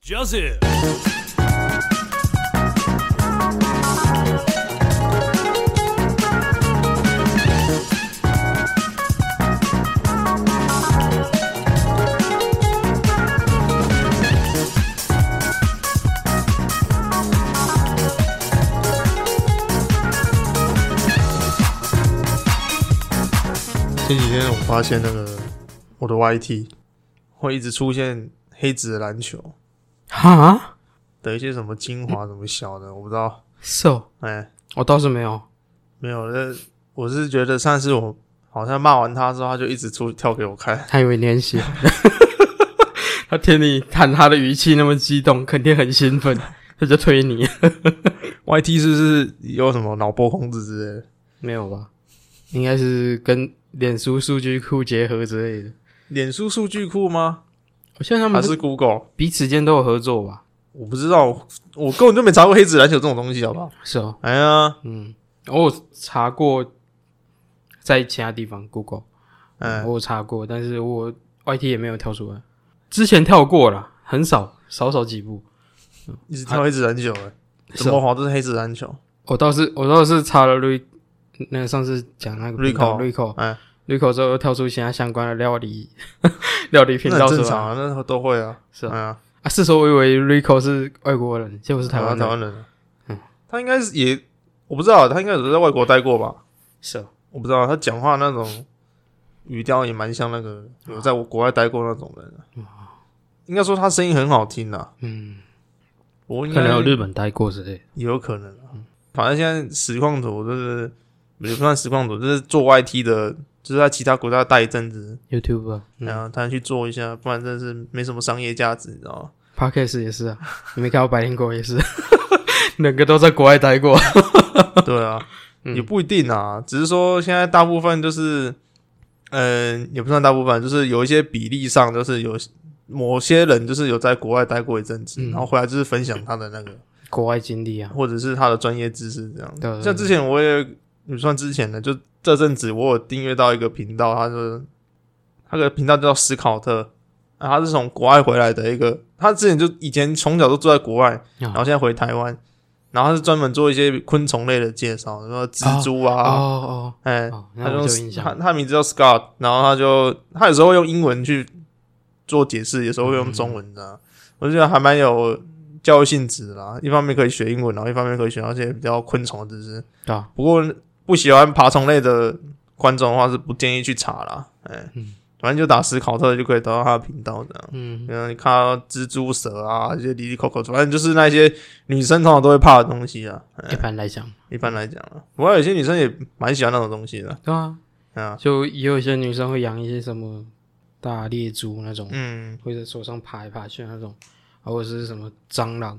Joseph。前几天我发现那个我的 YT 会一直出现黑子的篮球哈的一些什么精华什么小的，我不知道。 ，so 哎、我倒是没有，没有，那我是觉得上次我好像骂完他之后，他就一直出跳给我看。他以为你很喜欢， 他听你喊他的语气那么激动，肯定很兴 奋，他就推你， YT 是不是有什么脑波控制之类的？没有吧？应该是跟脸书数据库结合之类的。脸书数据库吗？我现在他还们是是 Google？彼此间都有合作吧？我不知道，我根本就没查过黑子篮球这种东西，好不好？是哦，哎呀，嗯，我有查过，在其他地方 Google，哎，我有查过，但是我 YT 也没有跳出来，之前跳过了，很少，少少几部。一直跳黑子篮球、哎，是怎哦么滑都是黑子篮球。我倒是我倒是查了瑞，那个上次讲那个 Rico 瑞口哎，瑞口之后又跳出其他相关的料理 料理频那道很是正常吧？啊，那都会啊。是啊哎呀，啊，是说我以为瑞口是外国人，结果是台湾哦台人，湾人。嗯他应该是也，我不知道，他应该有在外国待过吧？是哦我不知道，他讲话那种语调也蛮像那个有在我国外待过那种人啊、应该说他声音很好听啊，嗯，我应可该能有嗯日本待过之类的。也有可能啊。反正现在实况组就是也不算实况组，就是做 YT 的，就是在其他国家待一阵子， YouTube，嗯然后他去做一下，不然真的是没什么商业价值，你知道吗？ ，Podcast 也是啊，你没看到白灵果也是， 两个都在国外待过。 对啊，嗯也不一定啊，只是说现在大部分就是，嗯、也不算大部分，就是有一些比例上，就是有某些人就是有在国外待过一阵子，嗯然后回来就是分享他的那个，国外经历啊，或者是他的专业知识这样。对对对像之前我也也算之前的，就这阵子我有订阅到一个频道，他就是他的频道叫史考特。啊，他是从国外回来的一个，他之前就以前从小都住在国外，然后哦现在回台湾，然后他是专门做一些昆虫类的介绍，什么蜘蛛啊，哦哎、哦哦，他那我就有就印他象。他名字叫 Scott，然后他就他有时候会用英文去做解释，有时候会用中文的、啊我就觉得还蛮有教育性质的啦。一方面可以学英文，然后一方面可以学到一些比较昆虫的知识。对啊，不过不喜欢爬虫类的观众的话是不建议去查啦，哎、嗯反正就打史考特就可以得到他的频道这样。嗯，嗯，你看到蜘蛛蛇啊，一些里里扣扣，反正就是那些女生通常都会怕的东西啊。一般来讲，一般来讲啊，不过有些女生也蛮喜欢那种东西的对啊，啊。就也有一些女生会养一些什么大猎猪那种，嗯，会在手上爬来爬去那种，啊或者是什么蟑螂。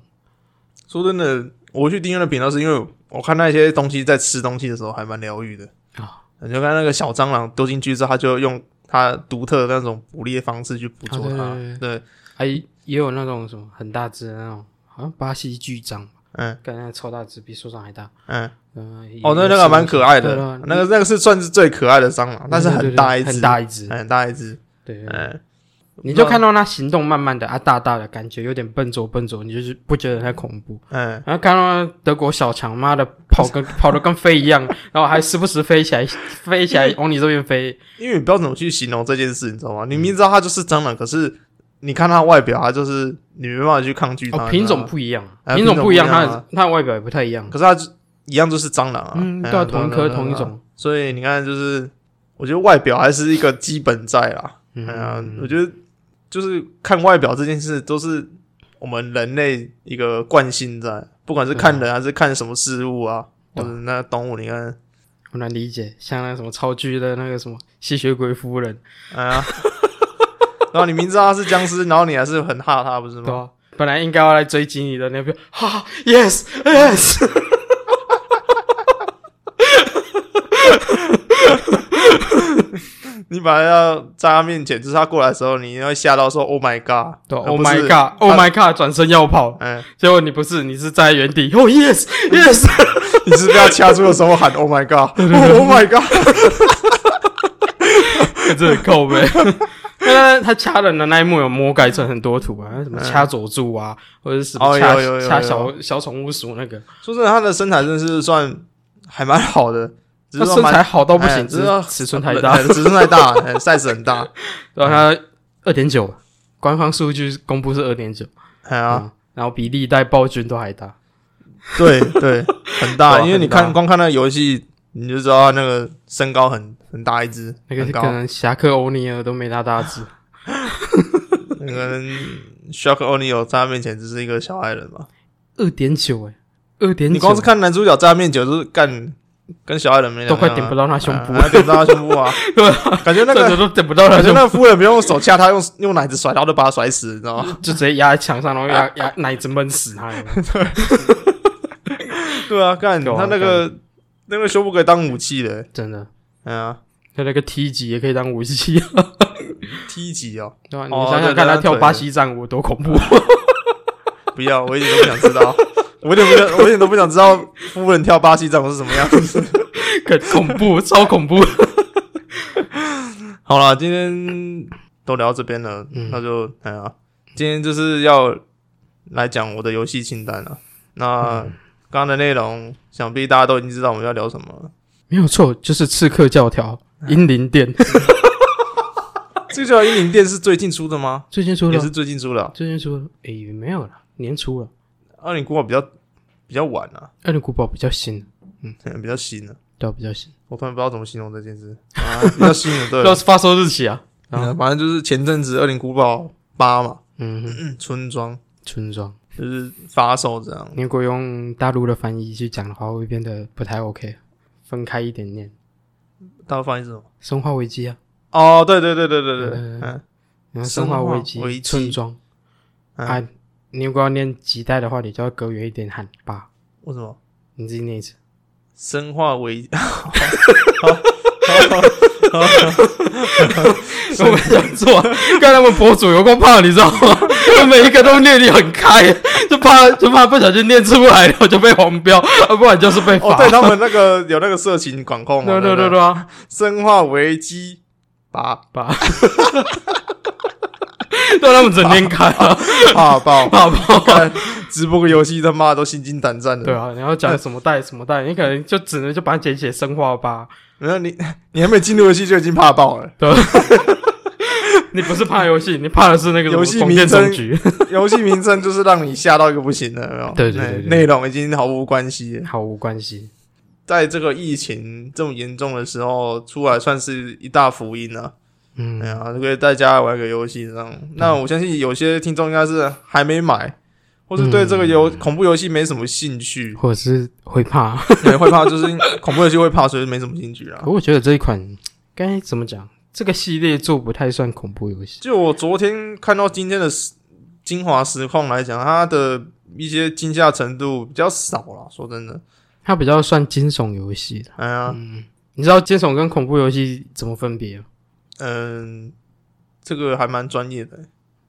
说真的，我去订阅的频道是因为我看那些东西在吃东西的时候还蛮疗愈的啊。你就看那个小蟑螂丢进去之后，它就用它独特的那种捕猎方式去捕捉它。啊对对对，还也有那种什么很大只的那种，好像巴西巨蟑吧，嗯感觉超大只，比手掌还大。嗯，嗯、也哦，那也那是个蛮可爱的对啊，那个那个是算是最可爱的蟑螂，但是对对很对大一只，很大一只。哎，很大一只，对对对哎。你就看到它行动慢慢的啊，大大的感觉有点笨拙笨拙，你就是不觉得它恐怖。哎，然后看到德国小强，妈的跑 跟跑得跟飞一样，然后还时不时飞起来，飞起来往你这 边飞。因为你不知道怎么去形容这件事，你知道吗？你明知道它就是蟑螂，可是你看它外表，它就是你没办法去抗拒它。哦，品你种知道吗，不一样，哎品种品种不一样，不一样它啊的它的外表也不太一样。可是它就一样就是蟑螂啊。嗯，哎对啊，同一科同一。对啊对啊对啊种。所以你看，就是我觉得外表还是一个基本在啦。嗯哎呀，我觉得就是看外表这件事，都是我们人类一个惯性在，不管是看嗯人还是看什么事物啊，或对啊者那动物，你看，很难理解，像那什么超巨的那个什么吸血鬼夫人，哎呀。 然后你明知道它是僵尸，然后你还是很怕它，不是吗？对吧、本来应该要来追击你的那边，哈，yes yes，你把他要在他面前，就是他过来的时候，你会吓到说 “Oh my god”，对 而，Oh 不是 my god，Oh my god，转身要跑，哎，结果你不是，你是站在原 地，Oh 哦 yes yes，你是不是要掐住的时候喊 “Oh my god”，“Oh my god”，这很扣呗。因为他掐人的那一幕有魔改成很多图啊，什么掐佐助啊，或者是什么哦掐有有有有掐有小小宠物鼠那个，说真的，他的身材真的是算还蛮好的，只是他说身蛮材好到不哎行，只只是是说尺寸太大，哎尺寸太大 哎，size 很大。对嗯啊，他二点九，官方数据公布是二点九哎呀，，嗯然后比历代暴君都还大，对对，很对大，啊因为你很大看光看那个游戏，你就知道他那个身高很很大一只，那个很可高。能侠客欧尼尔都没他大 只，那个 Shark O'Neal 在他面前只是一个小矮人嘛。二点九哎，二点九，你光是看男主角在他面前就是干跟小矮人没两样啊都快点不到他胸部哎，点不到他胸部 啊！对感觉那这个个都等不到他感觉胸那个夫人不用手掐他，用用奶子甩，然后就把他甩死，你知道吗？就直接压在墙上，然后压 压奶子闷死 他。有没有对啊，干 对啊他那个那个胸部可以当武器的，真的，哎呀他那个 T 级也可以当 武器， ，T 级哦，对吧？啊你哦想对想看，对他对跳对巴西战舞多恐怖！ 不要，我一点都不想知道， 我一点不想，我一点都不想知道夫人跳巴西掌是什么样子。很恐怖，超恐怖。 好啦，今天都聊到这边了，嗯那就哎呀，今天就是要来讲我的游戏清单了。那刚刚的内容，想必大家都已经知道我们要聊什么了。没有错，就是刺客教条、英灵殿 这个叫英灵殿是最近出的吗？ 最近出也了是，最近出的啊、最近出了，诶，没有了，年初了。二零古堡比较比较晚啊， 《恶灵古堡》比较新，比较新了、对啊、比较新，我突然不知道怎么形容这件事，啊、比较新了，对不知 道是发售日期啊。嗯反正就是前阵子《二零古堡八》嘛，嗯哼，嗯，村庄村庄，就是发售这样。你如果用大陆的翻译去讲的话，会变得不太 OK。分开一点念，《大陆翻译是什么？生化危机》啊，哦，对对对对对对，嗯嗯，然后《生生化化危机危》机村庄嗯啊，你如果要念几代的话，你就要隔远一点喊爸，为什么？你自己念一 次。生化危， 我没讲啊错，看他们博主有够怕，你知 道吗？就每一个都念力很开，就怕就怕不小心念出来了就被黄标，啊不然就是被罚。哦，对他们那个有那个色情管控嘛，对 对对不对对，对啊！生化危机八吧， 让他们整天看啊，怕爆， 好不好？看直播个游戏他妈都心惊胆战的。对啊，你要哎讲什么代什么代，你可能就只能就把它简写生化吧。没有你，你还没进入游戏就已经怕爆了。 你不是怕游戏，你怕的是那个什么游戏广名电称总局。游戏名称就是让你吓到一个不行的，有没 有？对对对对内内容已经毫无关系了。 毫无关系，在这个疫情这么严重的时候，出来算是一大福音了、啊。哎嗯，呀，就可以在家玩个游戏这样。那我相信有些听众应该是还没买，或是对这个游、嗯恐怖游戏没什么兴趣，或者是会怕。对，会怕就是恐怖游戏会怕，所以没什么兴趣啊 可。我觉得这一款该怎么讲，这个系列做不太算恐怖游戏。就我昨天看到今天的实精华实况来讲，它的一些惊吓程度比较少啦。说真的，它比较算惊悚游戏的。嗯哎呀，你知道惊悚跟恐怖游戏怎么分别吗？嗯，这个还蛮专业的、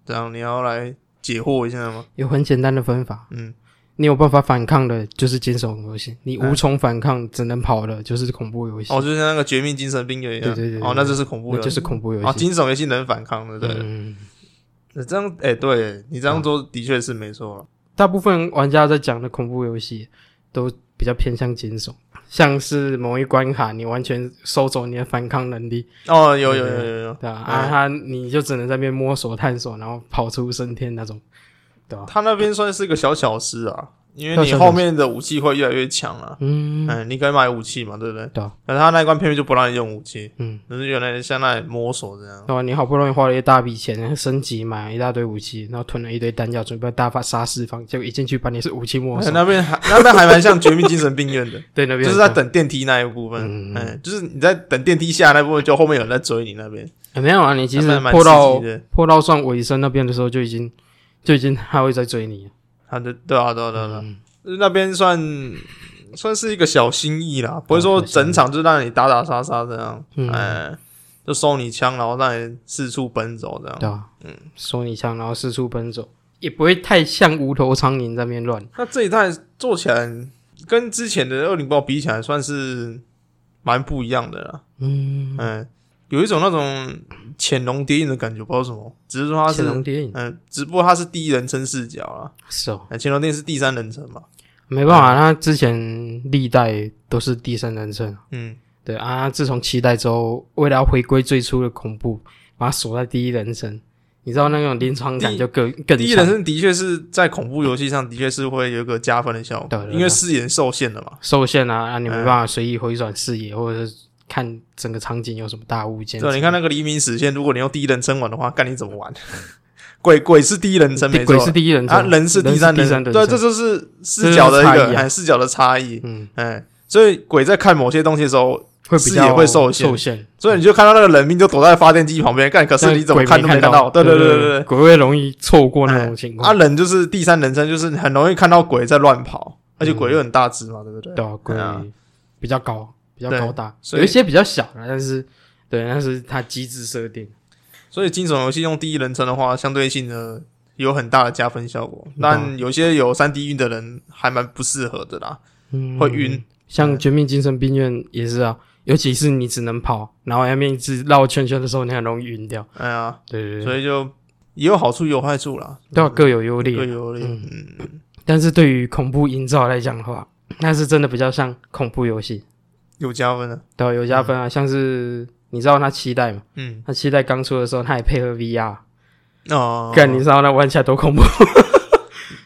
这样你要来解惑一下吗？有很简单的分法，嗯，你有办法反抗的就是惊悚游戏，你无从反抗，只能跑的就是恐怖游戏，哦，就像那个《绝命精神病院》一样，对对对对哦，那就是恐怖那游戏，就是恐怖游啊，戏。惊悚游戏能反抗的，对。嗯，那这样，哎、对你这样做的确是没错了。啊大部分玩家在讲的恐怖游戏都比较偏向惊悚，像是某一关卡你完全收走你的反抗能力，哦，有有有有有，对吧？嗯啊，他你就只能在那边摸索探索，然后跑出升天那种，对吧？他那边算是个小小师啊，因为你后面的武器会越来越强啊。嗯，嗯，你可以买武器嘛，对不对？对啊可是他那一关偏偏就不让你用武器，嗯，就是原来像那里摸索这样。对吧？你好不容易花了一大笔钱升级，买了一大堆武器，然后囤了一堆弹药，准备要大发杀四方，结果一进去把你是武器没哎 收，那边还那边还蛮像《绝命精神病院》的， 对，那边就是在等电梯那一部分。嗯哎，就是你在等电梯下那部分，就后面有人在追你那边。欸、没有啊，你其还实蛮破到刺激的破到算尾声那边的时候就已经就已经他会在追你了。他的对啊，对啊，对啊，对啊嗯，就是那边算算是一个小心意啦，不会哦说整场就让你打打杀杀这样，嗯哎，就收你枪，然后让你四处奔走这对样。啊，嗯，收你枪，然后四处奔走，也不会太像无头苍蝇在那边乱。那这一代做起来跟之前的《恶灵堡》比起来，算是蛮不一样的啦。嗯，嗯，有一种那种潜龙谍影的感觉，不知道什么，只是说他潜是龙谍影嗯，只不过他是第一人称视角啦，是哦，那潜龙谍影是第三人称嘛，没办法，他之前历代都是第三人称，嗯，对啊，自从七代之后，为了要回归最初的恐怖，把它锁在第一人称，你知道那种临场感第就更更第一人强称的确是在恐怖游戏上的确是会有一个加分的效对啊果，对因为对视野受限了嘛，受限啊，啊，你没嗯办法随意回转视野，或者是看整个场景有什么大物件之对，啊类的。你看那个黎明死线，如果你用第一人称玩的话，干你怎么玩？ 鬼鬼是第一人称，没对错鬼是第一人称啊，人是第三人人称称，对，啊这就是视角的一这就是差个异啊哎视角的差异，嗯，哎，所以鬼在看某些东西的时候，会比较视野会受限受限。所以你就看到那个人命就躲在发电机旁边，干，可是你怎么看看都没看到，到？对对对对对，鬼会容易错过那种情对，啊，况。人就是第三人称，就是很容易看到鬼在乱跑，而且鬼嗯又很大只嘛，对不对？对啊，鬼对啊比较高，比较对高大，所以有一些比较小啦，但是对，但是它机制设定。所以惊悚游戏用第一人称的话，相对性的有很大的加分效果，嗯但有些有三 D 晕的人还蛮不适合的啦。嗯会晕。像《绝命精神病院》也是啊，尤其是你只能跑，然后要面一直绕圈圈的时候，你很容易晕掉。哎呀，对对对，所以就也有好处也有坏处啦，都要啊各有优各劣。有利。嗯嗯，但是对于恐怖营造来讲的话，那是真的比较像恐怖游戏，有加分的。对啊，有加分啊。像是你知道它期待嘛？嗯，它期待刚出的时候，它也配合 VR，哦，干、你知道那玩起来多恐怖，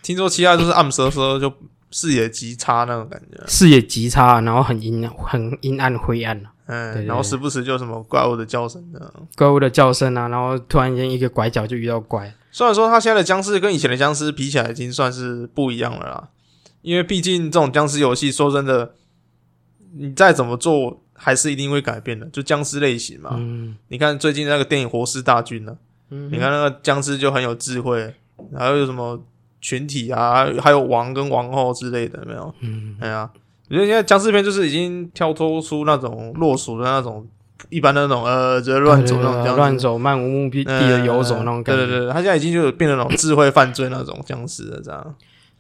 听说其他就是暗蛇蛇就视野极差那种感觉，视野极差，然后很阴很阴暗灰暗啊对嗯，对然后时不时就什么怪物的叫声这样。怪物的叫声啊，然后突然间一个拐角就遇到怪，虽然说他现在的僵尸跟以前的僵尸比起来，已经算是不一样了啦。因为毕竟这种僵尸游戏，说真的，你再怎么做，还是一定会改变的。就僵尸类型嘛，嗯，你看最近那个电影《活尸大军》呢，嗯你看那个僵尸就很有智慧，然后有什么群体啊，还有王跟王后之类的，有没有？嗯，哎呀，我觉得现在僵尸片就是已经跳脱出那种落俗的那种一般的那种呃，直接乱走那种对僵对对尸乱走漫无目的地的游走那种感觉，嗯对对对，他现在已经就变成那种智慧犯罪那种僵尸了，这样。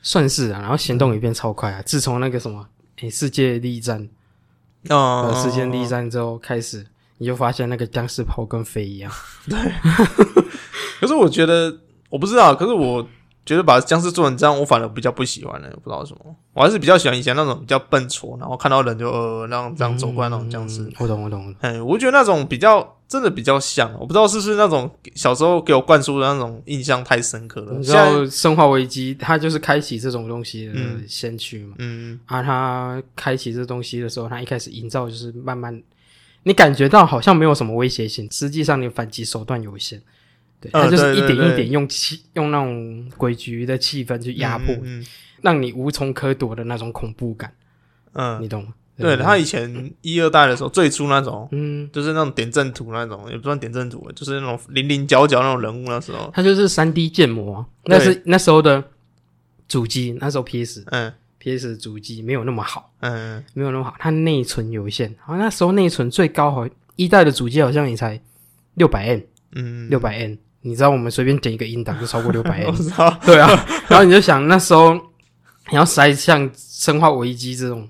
算是啊，然后行动也变超快啊。自从那个什么，诶、世界力战，哦 呃，世界力战之后开始，你就发现那个僵尸跑跟飞一样，哦可是我觉得，我不知道，可是我觉得把僵尸做成这样，我反而比较不喜欢了，不知道为什么。我还是比较喜欢以前那种比较笨拙，然后看到人就呃那样这样走过来那种僵尸。嗯我懂，我懂，我懂。哎，我觉得那种比较真的比较像，我不知道是不是那种小时候给我灌输的那种印象太深刻了。你知嗯现在道《生化危机》它就是开启这种东西的嗯先驱嘛？嗯，啊，它开启这东西的时候，它一开始营造就是慢慢，你感觉到好像没有什么威胁性，实际上你反击手段有限。对，呃它就对是一对点对一点用气，用那种诡谲的气氛去压迫你，嗯让你无从可躲的那种恐怖感，嗯，嗯你懂吗？对不他以前一二代的时候，最初那种嗯，就是那种点阵图那种，也不算点阵图，就是那种零零角角那种人物那时候，它就是三 D 建模啊，那是那时候的主机，那时候 PS 嗯 PS 主机没有那么好，嗯，没有那么好，它内存有限，好像那时候内存最高好一代的主机好像也才六百 M，嗯，哦六百 M，你知道我们随便点一个音档就超过六百我 M，知道，对啊，然后你就想那时候你要塞像《生化危机》这种。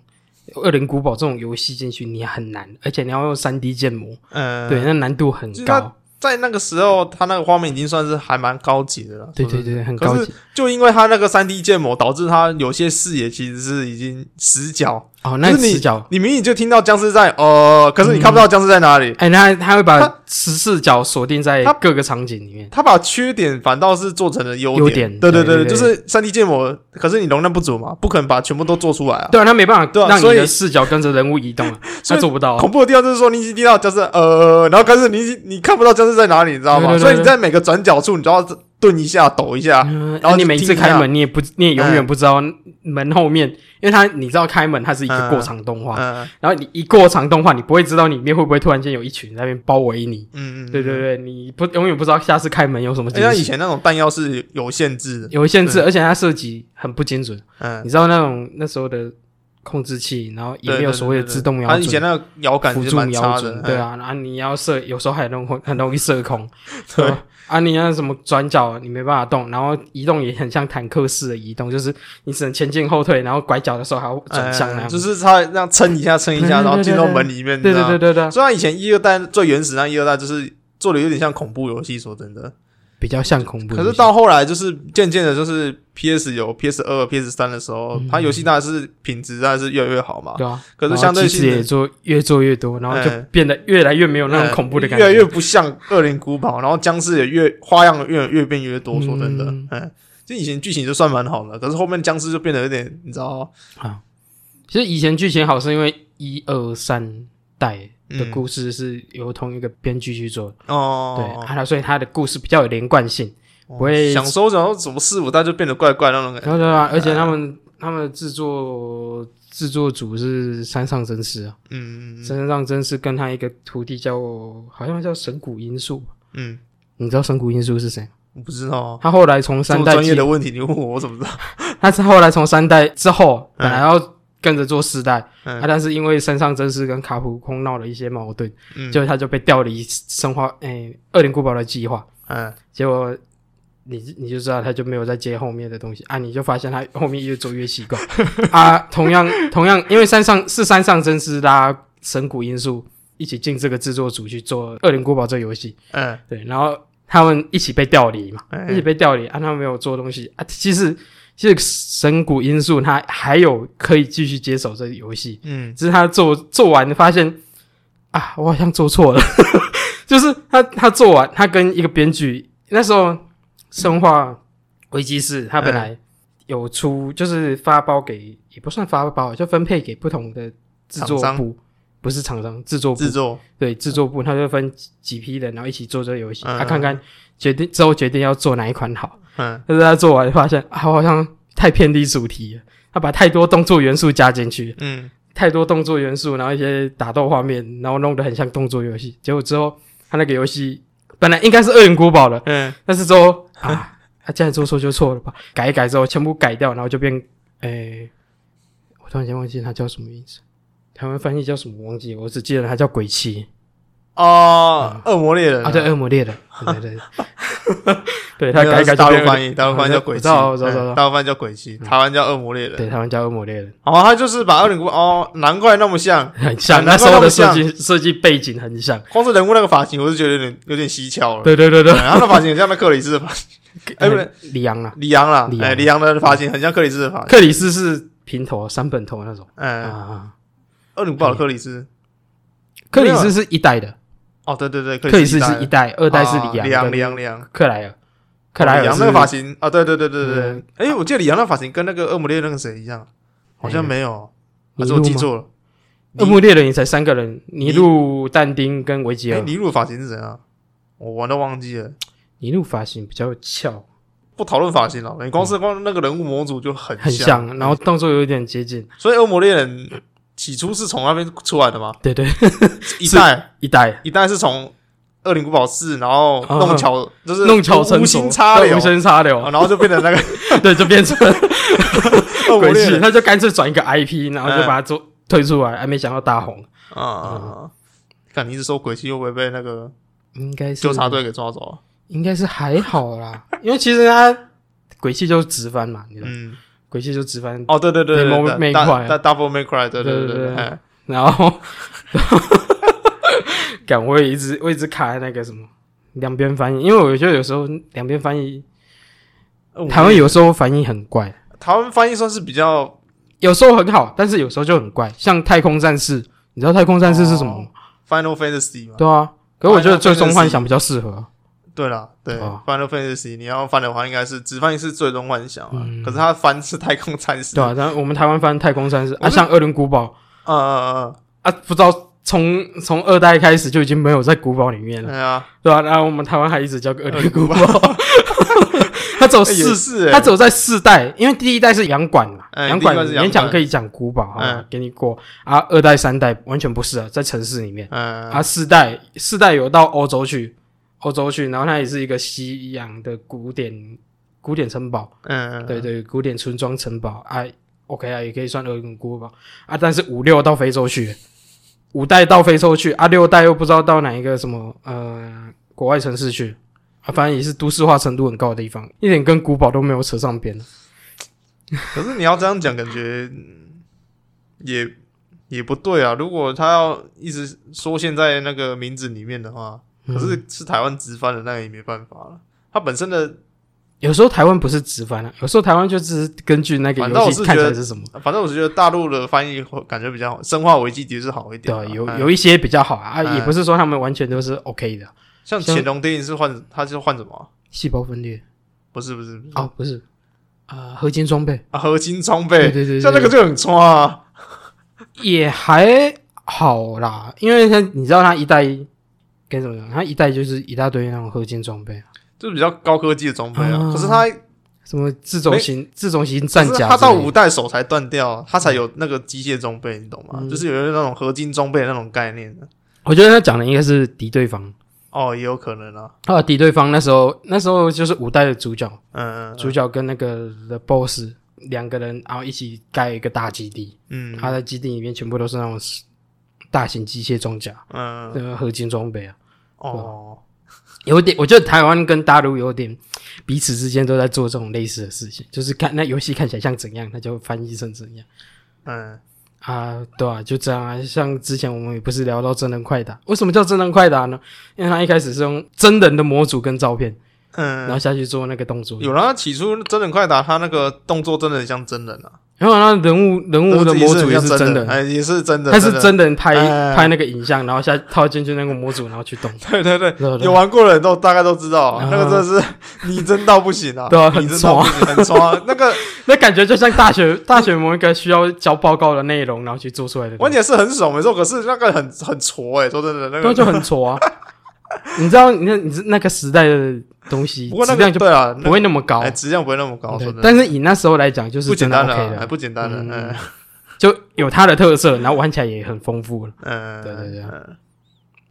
恶灵古堡这种游戏进去你很难，而且你要用三 D 建模，嗯，对，，那难度很就是它高。在那个时候，他那个画面已经算是还蛮高级的了，对说真对的，对，嗯很可高是级就因为他那个三 D 建模，导致他有些视野其实是已经死角，哦。那就是视角，你明明就听到僵尸在哦、呃可是你看不到僵尸在哪里。哎，那他会把它十视角锁定在它各个场景里面，他把缺点反倒是做成了优优点对对对对就对是三 D 建模，可是你容量不足嘛，不可能把全部都做出来啊。对啊，他没办对啊法让你所的以视角跟着人物移动啊， 所他以做不到啊。恐怖的地方就是说，你已经听到僵尸呃，然后可是你你看不到僵尸在哪里，你知道吗？对对对所以你在每个转角处，你都要顿一下、抖一下。嗯，啊然后你就每次听一开下门，你也不，你也永远嗯不知道门后面，因为它你知道开门它是一嗯个过场动画，嗯然后你一过场动画，你不会知道里面会不会突然间有一群人在那边包围你。嗯嗯，对对对，你不永远不知道下次开门有什么对。惊像以喜，前那种弹药是有限制的，有限制，对而且它设计很不精准。嗯你知道那种那时候的控制器，然后也对没有对所谓的对对自动他瞄以前准、那个摇杆辅其实助蛮瞄差准的，，对哎，啊，啊你要射，有时候还容很容易 射空，对吧啊，你那什么转角你没办法动，然后移动也很像坦克式的移动，就是你只能前进后退，然后拐角的时候还要嗯转向那样，哎就是他那样撑一下撑一对对下，然后对进对到对门里面，对你知道对对吗。对对，虽然以前一二代最原始那一二代就是做的有点像恐怖游戏，说真的，比较像恐怖游戏。可是到后来就是渐渐的，就是 PS 有 PS 二、PS 三的时候，嗯它游戏当然是品质当然是越来越好嘛。对啊，可是相对然后性机制的也做越做越多，然后就哎变得越来越没有那种恐怖的感觉，越来越不像《恶灵古堡》，然后僵尸也越花样越越变越多。说真的嗯，嗯，就以前剧情就算蛮好了，可是后面僵尸就变得有点，你知道，啊。其实以前剧情好是因为一二三代的嗯故事是由同一个编剧去做的，哦对，，啊，所以它的故事比较有连贯性。不会想说想说怎么四五代就变得怪怪那种感觉。然后对啊，而且他们他们的制作制作组是山上真司啊，嗯嗯山上真司跟他一个徒弟叫好像叫神谷英树，嗯，你知道神谷英树是谁？我不知道啊，他后来从这三么代专业继的问题你问我，我怎么知道？他是后来从三代之后，嗯本来要跟着做四代，嗯啊，但是因为山上真司跟卡普空闹了一些矛盾，嗯结果他就被调离生化诶、恶灵古堡的计划，嗯结果。你你就知道他就没有再接后面的东西啊，你就发现他后面越做越奇怪啊。同样同样，因为山上是山上真司拉神谷因素一起进这个制作组去做《恶灵古堡》这游戏，嗯对，然后他们一起被调离嘛，哎一起被调离，啊，他们没有做东西啊。其实，其实神谷因素他还有可以继续接手这个游戏，嗯只是他做做完发现啊，我好像做错了， 就是他他做完，他跟一个编剧那时候《生化危机四》，他嗯本来有出就是发包给也不算发包，就分配给不同的制厂作商部。不是厂商，制作部制作对制作部，他就分几几批人，然后一起做这个游戏，他、嗯看看决定之后决定要做哪一款好。嗯但是他做完发现，啊，好像太偏离主题了，他把太多动作元素加进去，嗯太多动作元素，然后一些打斗画面，然后弄得很像动作游戏。结果之后，他那个游戏本来应该是《恶灵古堡》的，嗯但是之 后啊，他既然做错就错了吧，改一改之后全部改掉，然后就变，诶、我突然间忘记它叫什么名字，台湾翻译叫什么我忘记了，我只记得它叫鬼泣。哦，恶魔猎人啊，对，恶魔猎人，对对 对，对他没有改一改是就大变陆翻译，大陆翻译叫鬼泣，我知道我知道嗯我知道大陆翻译叫鬼泣，台湾叫恶魔猎人。对，他们叫恶魔猎人，哦，他就是把恶灵古堡哦，难怪那么像，很像难那怪时候那么的设像计设计背景很像，光是人物那个发型，我就觉得有点有点蹊跷了。对对对对对，，他的发型很像那克里斯的发 型，哎不是里昂啊，李阳啦李，阳哎，李阳的发型很像克里斯的发型。克里斯是平头三本头那种啊嗯，啊，恶灵古堡的克里斯，克里斯是一代的，哦，对对对，克里斯代是一代，二代是啊里李阳，昂，李阳，李阳。克莱尔，克莱李尔阳是哦那个发型啊，对对对对对嗯，哎，我记得李阳那发型跟那个恶魔猎人那个谁一样，好像没有，啊还哎尼是我禄记吗？错了？恶魔猎人也才三个人，尼尼禄、但丁跟维吉哎，尔，尼禄的发型是怎样？我完都忘记了。尼禄发型比较翘，不讨论发型了，你光是光那个人物模组就很很像，然后动作有一点接近，所以《恶魔猎人》起初是从那边出来的嘛，对对，一代一代。一代是从《恶灵古堡四》，然后弄巧、就是弄巧成无拙心插对柳哦无，心插柳，然后就变成那个对，就变成了恶魔鬼猎泣，人他就干脆转一个 IP，然后就嗯把它做推出来，还没想到大红，啊。看、你一直说鬼泣会不会被那个应该是纠察队给抓走啊？应该是还 好啦，因为其实他鬼泣就是直翻嘛，你知道，嗯，鬼泣就直翻，哦，对对对对 May- 对 May 大 Cry 大 Double May Cry，对对对对对对哎然后， 敢我也一直我一直卡在那个什么两边翻译，因为我觉得有时候两边翻译，恶魔猎人台湾有时候翻译很怪，台湾翻译算是比较有时候很好，但是有时候就很怪，像太空战士，你知道太空战士是什么吗？ Final Fantasy 嘛？对啊，可是我觉得 Final 最终 Fantasy 幻想比较适合哦啊。对啦，对、哦 Final Fantasy，你要翻的话，应该是只翻译是《最终幻想》啊，嗯可是他翻是《太空战士》对啊，然后我们台湾翻太空战士我啊，是像《恶灵古堡嗯嗯》啊，不知道从从二代开始就已经没有在古堡里面嗯，了，对啊，对啊，然后我们台湾还一直叫《恶灵古堡，恶灵》他走是四，是，哦他走在四代，因为第一代是洋馆嘛，嗯洋第一馆代是洋馆勉强可以讲古堡，好吧嗯，给你过啊。二代、三代完全不是啊，在城市里面嗯啊，四代四代有到欧洲去，欧洲去，然后它也是一个西洋的古典古典城堡。嗯，对对，古典村庄城堡啊， OK 啊，也可以算俄梗孤儿吧啊，但是五六到非洲去，五代到非洲去啊，六代又不知道到哪一个什么呃国外城市去啊，反正也是都市化程度很高的地方，一点跟古堡都没有扯上边。可是你要这样讲，感觉嗯也也不对啊。如果他要一直缩限在那个名字里面的话，嗯可是是台湾直翻的，那也没办法了。他本身的，有时候台湾不是直翻啊，有时候台湾就只是根据那个反倒游我戏是看起觉来得是什么，反正我是觉得大陆的翻译会感觉比较好，《生化危机》的确是好一对点啊、啊。有嗯有一些比较好啊，啊也哎不是说他们完全都是 OK 的。像像乾隆电影是换，他是换什么啊？细胞分裂不是不是不是哦，不是啊、合金装备啊，合金装对备，对对对像那个就很穿啊。也还好啦，因为他你知道他一代该怎么讲，他一代就是一大堆那种合金装备啊，就是比较高科技的装备啊，啊可是他，什么自走型自走型可战是甲之类他的，到五代手才断掉啊，他才有那个机械装备，你懂吗？嗯就是有那种合金装备的那种概念的我觉得他讲的应该是敌对方哦，也有可能啊，啊，敌对方那时候那时候就是五代的主角，嗯，主角跟那个 The Boss 两个人，然后一起盖一个大基地，嗯，他在基地里面全部都是那种大型机械装甲，嗯，呃，合金装备啊，哦，有点，我觉得台湾跟大陆有点彼此之间都在做这种类似的事情，就是看那游戏看起来像怎样，他就翻译成怎样嗯，啊，对啊，就这样啊。像之前我们也不是聊到真人快打，为什么叫真人快打呢？因为他一开始是用真人的模组跟照片，然后嗯，下去做那个动作，有啦，起初真人快打他那个动作真的很像真人啊，然后那人物人物的模组也像是真真人，人，哎，也是真的，他是真人拍哎拍那个影像，然后下套进去那个模组，然后去动。 的，对对对。对有玩过的人都大概都知道，啊那个真的是 拟真到不行啊！对啊拟真到不行，很抓。那个那感觉就像大学大学某一个需要交报告的内容，然后去做出来的东西。玩起来是很爽没错，可是那个很很挫哎，说真的，那那个就很 挫啊。你知道，你看，你是那个时代的东西，不过那质个量就对啊，不会那么高哎，。质量不会那么高，说，对真的但是以那时候来讲，就是不简真的单 OK 了，还的，不简单了，嗯嗯就有它的特色，然后玩起来也很丰富了。嗯，对对对嗯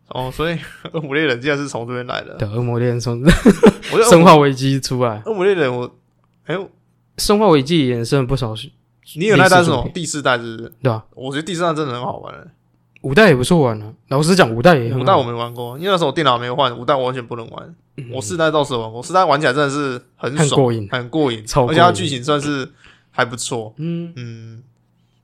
哦，所以 恶魔猎人竟然是从这边来的，对，恶魔猎人从我觉得恶生化危机出来，恶魔猎人，我哎，生化危机也衍生了不少，你有那代是什么类似作？品第四代是不是？对啊吧？我觉得第四代真的很好玩，欸五代也不错玩啊。老实讲，五代也很五代我没玩过，因为那时候我电脑没有换，五代我完全不能玩。我四代倒是有玩过，四代玩起来真的是很嗯很爽，过瘾。很过瘾，超过瘾而且它剧情算是还不错。嗯，嗯，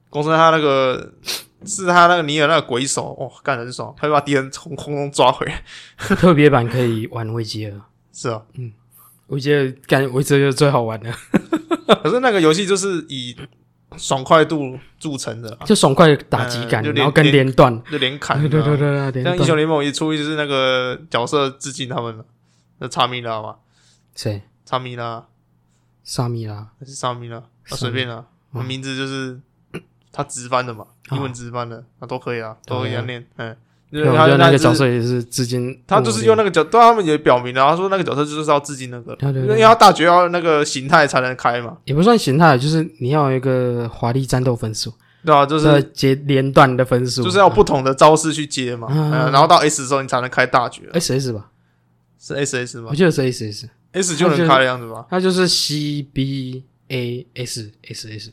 公司他那个 是他那个尼尔那个鬼手，哇、干得很爽，他就把敌人从空中抓回来。嗯特别版可以玩维吉尔，是啊，维吉尔感维吉尔就是最好玩的， 可是那个游戏就是以爽快度著称的啊，就爽快的打击感，嗯就连然后跟连段，就连砍、啊。对对对像对对，连英段雄联盟一出，就是那个角色致敬他们了，那查米拉嘛，谁？查米拉萨米拉。还是查米拉，啊萨米随、便啦、嗯名字就是 他直翻的嘛，啊英文直翻的啊，都可以啊，都一样念，嗯。就对，是我他觉得那个只是角色也是至今，他就是用那个角，对他们也表明了，他说那个角色就是要致敬那个，对对对因为他大绝要那个形态才能开嘛，也不算形态，就是你要有一个华丽战斗分数，对吧、就就是接连段的分数，啊就是要不同的招式去接嘛，嗯嗯，然后到 S 的时候你才能开大绝， S S 吧，是 S S 吗我记得是 S S， ？S 就能开的样子吧？它就是 C B A S S S，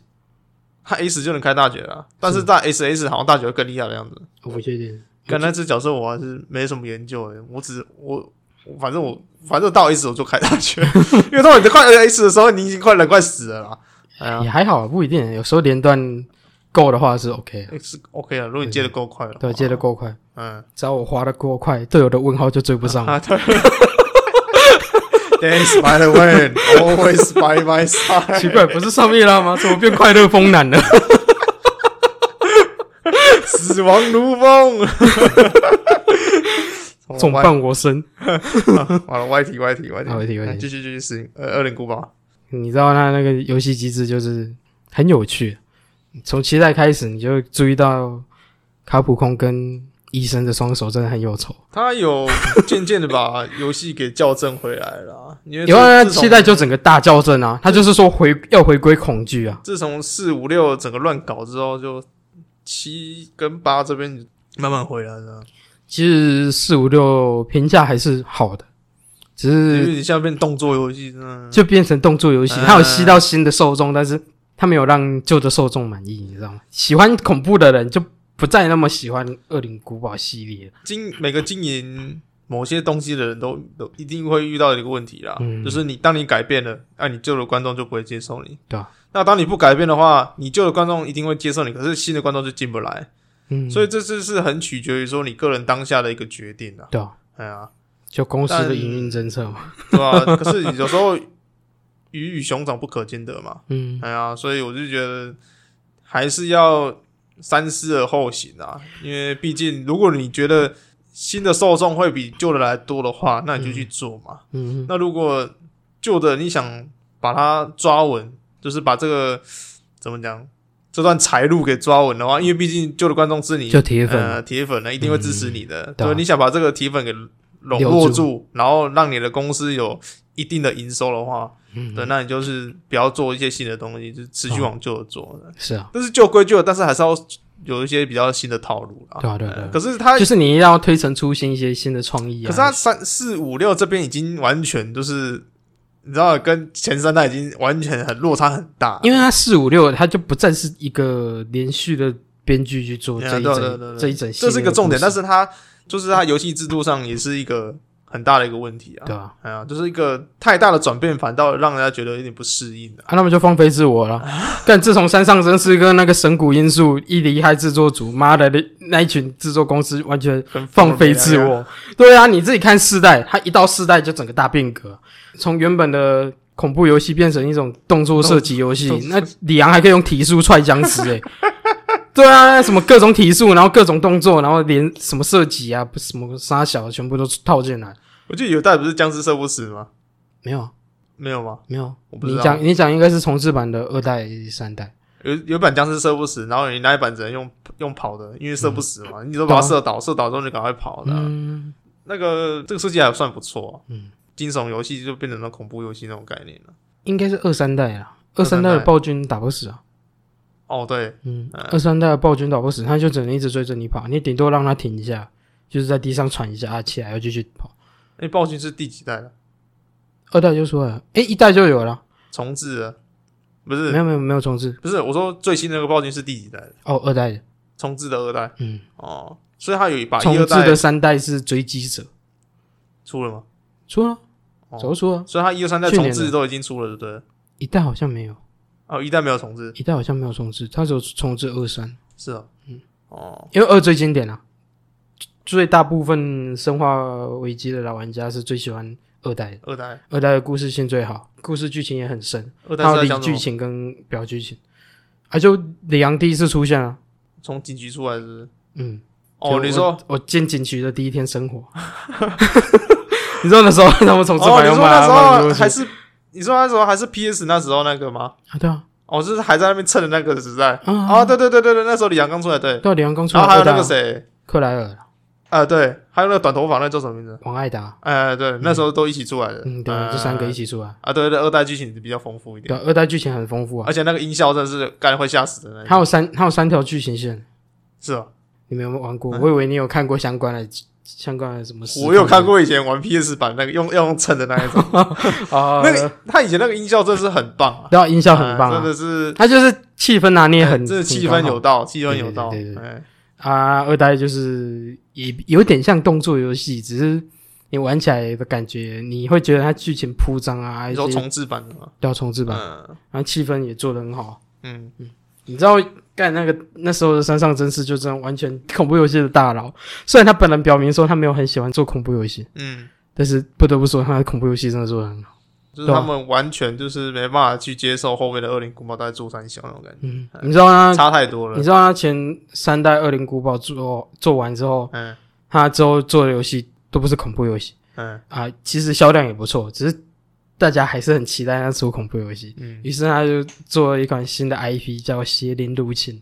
他 S 就能开大绝了，但是在 S S 好像大绝会更厉害的样子。我不确定，但那只角色我还是没什么研究的，我只我我反正我反正到 S 我就开大 绝，因为到你快 S 的时候你已经快人快死了啦，哎呀 也还好，啊不一定，有时候连段够的话是 OK，的是 OK 了，如果你接的够快了，对，接的够快，嗯。只要我滑的够快，队友的问号就追不上了，啊，对。Dance by the wind, always by my side。奇怪，不是上面了吗？怎么变快乐风 男了？死亡如风。 总办？伴我身。完了，歪题，歪题，歪题，啊歪题歪题哎继续，继续，事情。呃，二零古堡。你知道它那个游戏机制就是很有趣，从期待开始你就注意到卡普空跟医生的双手真的很有仇。他有渐渐的把游戏给校正回来 了，因为有啊，自从期待就整个大校正啊，他就是说回要回归恐惧啊，自从四五六整个乱搞之后，就七跟八这边慢慢回来了，其实四五六评价还是好的，只因是为你现在变动作游戏，真的就变成动作游戏，嗯它有吸到新的受众，但是他没有让旧的受众满意，你知道吗？喜欢恐怖的人就不再那么喜欢《恶灵古堡》系列了。经每个经营某些东西的人都都一定会遇到一个问题啦，嗯就是你当你改变了，那、你旧的观众就不会接受你。对啊那当你不改变的话，你旧的观众一定会接受你，可是新的观众就进不来。嗯，所以这次是很取决于说你个人当下的一个决定啊。对啊，哎呀，就公司的但营运政策嘛。对啊，可是有时候鱼与熊掌不可兼得嘛。嗯，哎呀，所以我就觉得还是要三思而后行啊，因为毕竟如果你觉得新的受众会比旧的来多的话，那你就去做嘛。嗯，那如果旧的你想把它抓稳，就是把这个怎么讲这段财路给抓稳的话，因为毕竟旧的观众是你就铁粉呃铁粉呢，一定会支持你的。对啊对，你想把这个铁粉给笼留络住住，然后让你的公司有一定的营收的话，嗯对，那你就是不要做一些新的东西，就持续往旧的做。是啊，但是旧归旧，但是还是要有一些比较新的套路啦。对啊对啊对啊呃可是他，就是你一定要推陈出新一些新的创意啊。可是他三四五六这边已经完全就是，你知道，跟前三代已经完全很落差很大。因为他四五六，他就不再是一个连续的编剧去做这一对啊对啊对啊对啊整这一整系这列是的故事，一个重点，但是它就是它游戏制度上也是一个很大的一个问题啊对。啊，哎呀，就是一个太大的转变，反倒让人家觉得有点不适应的、啊，那么就放飞自我了。啊但自从山上真司跟那个神谷英树一离开制作组，妈的，那那一群制作公司完全很放飞自我。对啊，你自己看四代，他一到四代就整个大变革，从原本的恐怖游戏变成一种动作射击游戏动。作那李昂还可以用体术踹僵尸诶、 对啊，那什么各种体术，然后各种动作，然后连什么射击啊，不什么杀小，全部都套进来。 我记得有一代不是僵尸射不死吗？没有，没有吗？没有。我不知你道讲你讲应该是重置版的二代、三代。有有一版僵尸射不死，然后你那一版只能用用跑的，因为射不死嘛，你都把它射倒，射倒之后你赶快跑的啊。嗯，那个这个设计还算不错、啊嗯，惊悚游戏就变成了恐怖游戏那种概念了。应该是二三代啊，二二三三代代的暴君打不死啊。哦，对，嗯，嗯二三代的暴君打不死，他就只能一直追着你跑，你顶多让他停一下，就是在地上喘一下，啊，起来又继续跑。那暴君是第几代的？二代就出来了，诶，一代就有了，重置的？不没是，有没有没有重置不是，我说最新那个暴君是第几代的？哦，二代的，重置的二代嗯，哦，所以它有一把重一二置的代三代是追击者，出了吗？出了，哦早就出了，所以它一二三代去年重的置都已经出了，对不对了？一代好像没有，哦，一代没有重置，一代好像没有重置，它只有重置二三，是哦，嗯，哦，因为二最经典啊，最大部分生化危机的老玩家是最喜欢二代的，二代，二代的故事性最好，故事剧情也很深，二代还有是在里讲什剧么？情跟表剧情，啊，就李阳第一次出现啊，从警局出来是不是？嗯，就哦，你说我我进警局的第一天生活， 你知道那时候他们从这哦，买你又说买那啊，时买候过去还是你说那时候还是 PS 那时候那个吗？啊，对啊，哦，就是还在那边蹭的那个时代。啊哦，对对对对对，那时候李阳刚出来，对。对啊，李阳刚出然来后还有二代那啊，个谁，克莱尔、啊，对，还有那个短头发，那个叫什么名字？王爱达，哎，对，那时候都一起出来的。嗯，对啊，呃这三个一。起出来，啊，对对，二代剧情比较丰富一对点，啊，二代剧情很丰富啊而，且那个音效真的是干会吓死的那还种。有三还有三条剧情线，是哦，你们有没有玩过？嗯我以为你有看过相关的相关的什么事，我有看过以前玩 PS 版那个用要用蹭的那一 种，啊，那个他以前那个音效真的是很棒啊，对啊，音效很棒哎真啊，的是哎他就是气氛拿捏很，真的气很氛刚好有道，气氛有道，对对对哎，啊，二代就是也有点像动作游戏，只是你玩起来的感觉，你会觉得它剧情铺张啊，你一说些重置版的吗？要重置版，嗯然后气氛也做得很好。嗯，你知道干那个那时候的山上真司就真的完全 恐怖游戏的大佬，虽然他本人表明说他没有很喜欢做恐怖游戏，嗯，但是不得不说他的恐怖游戏真的做得很好。就是对啊他们完全就是没办法去接受后面的《恶灵古堡》在做三小那种感嗯，你知道觉，他，差太多你了。知道他前三代《恶灵古堡》做做完之后，嗯他之后做的游戏都不是恐怖游戏。嗯啊，其实销量也不错，只是大家还是很期待他出恐怖游戏。嗯，于是他就做了一款新的 IP 叫《邪灵入侵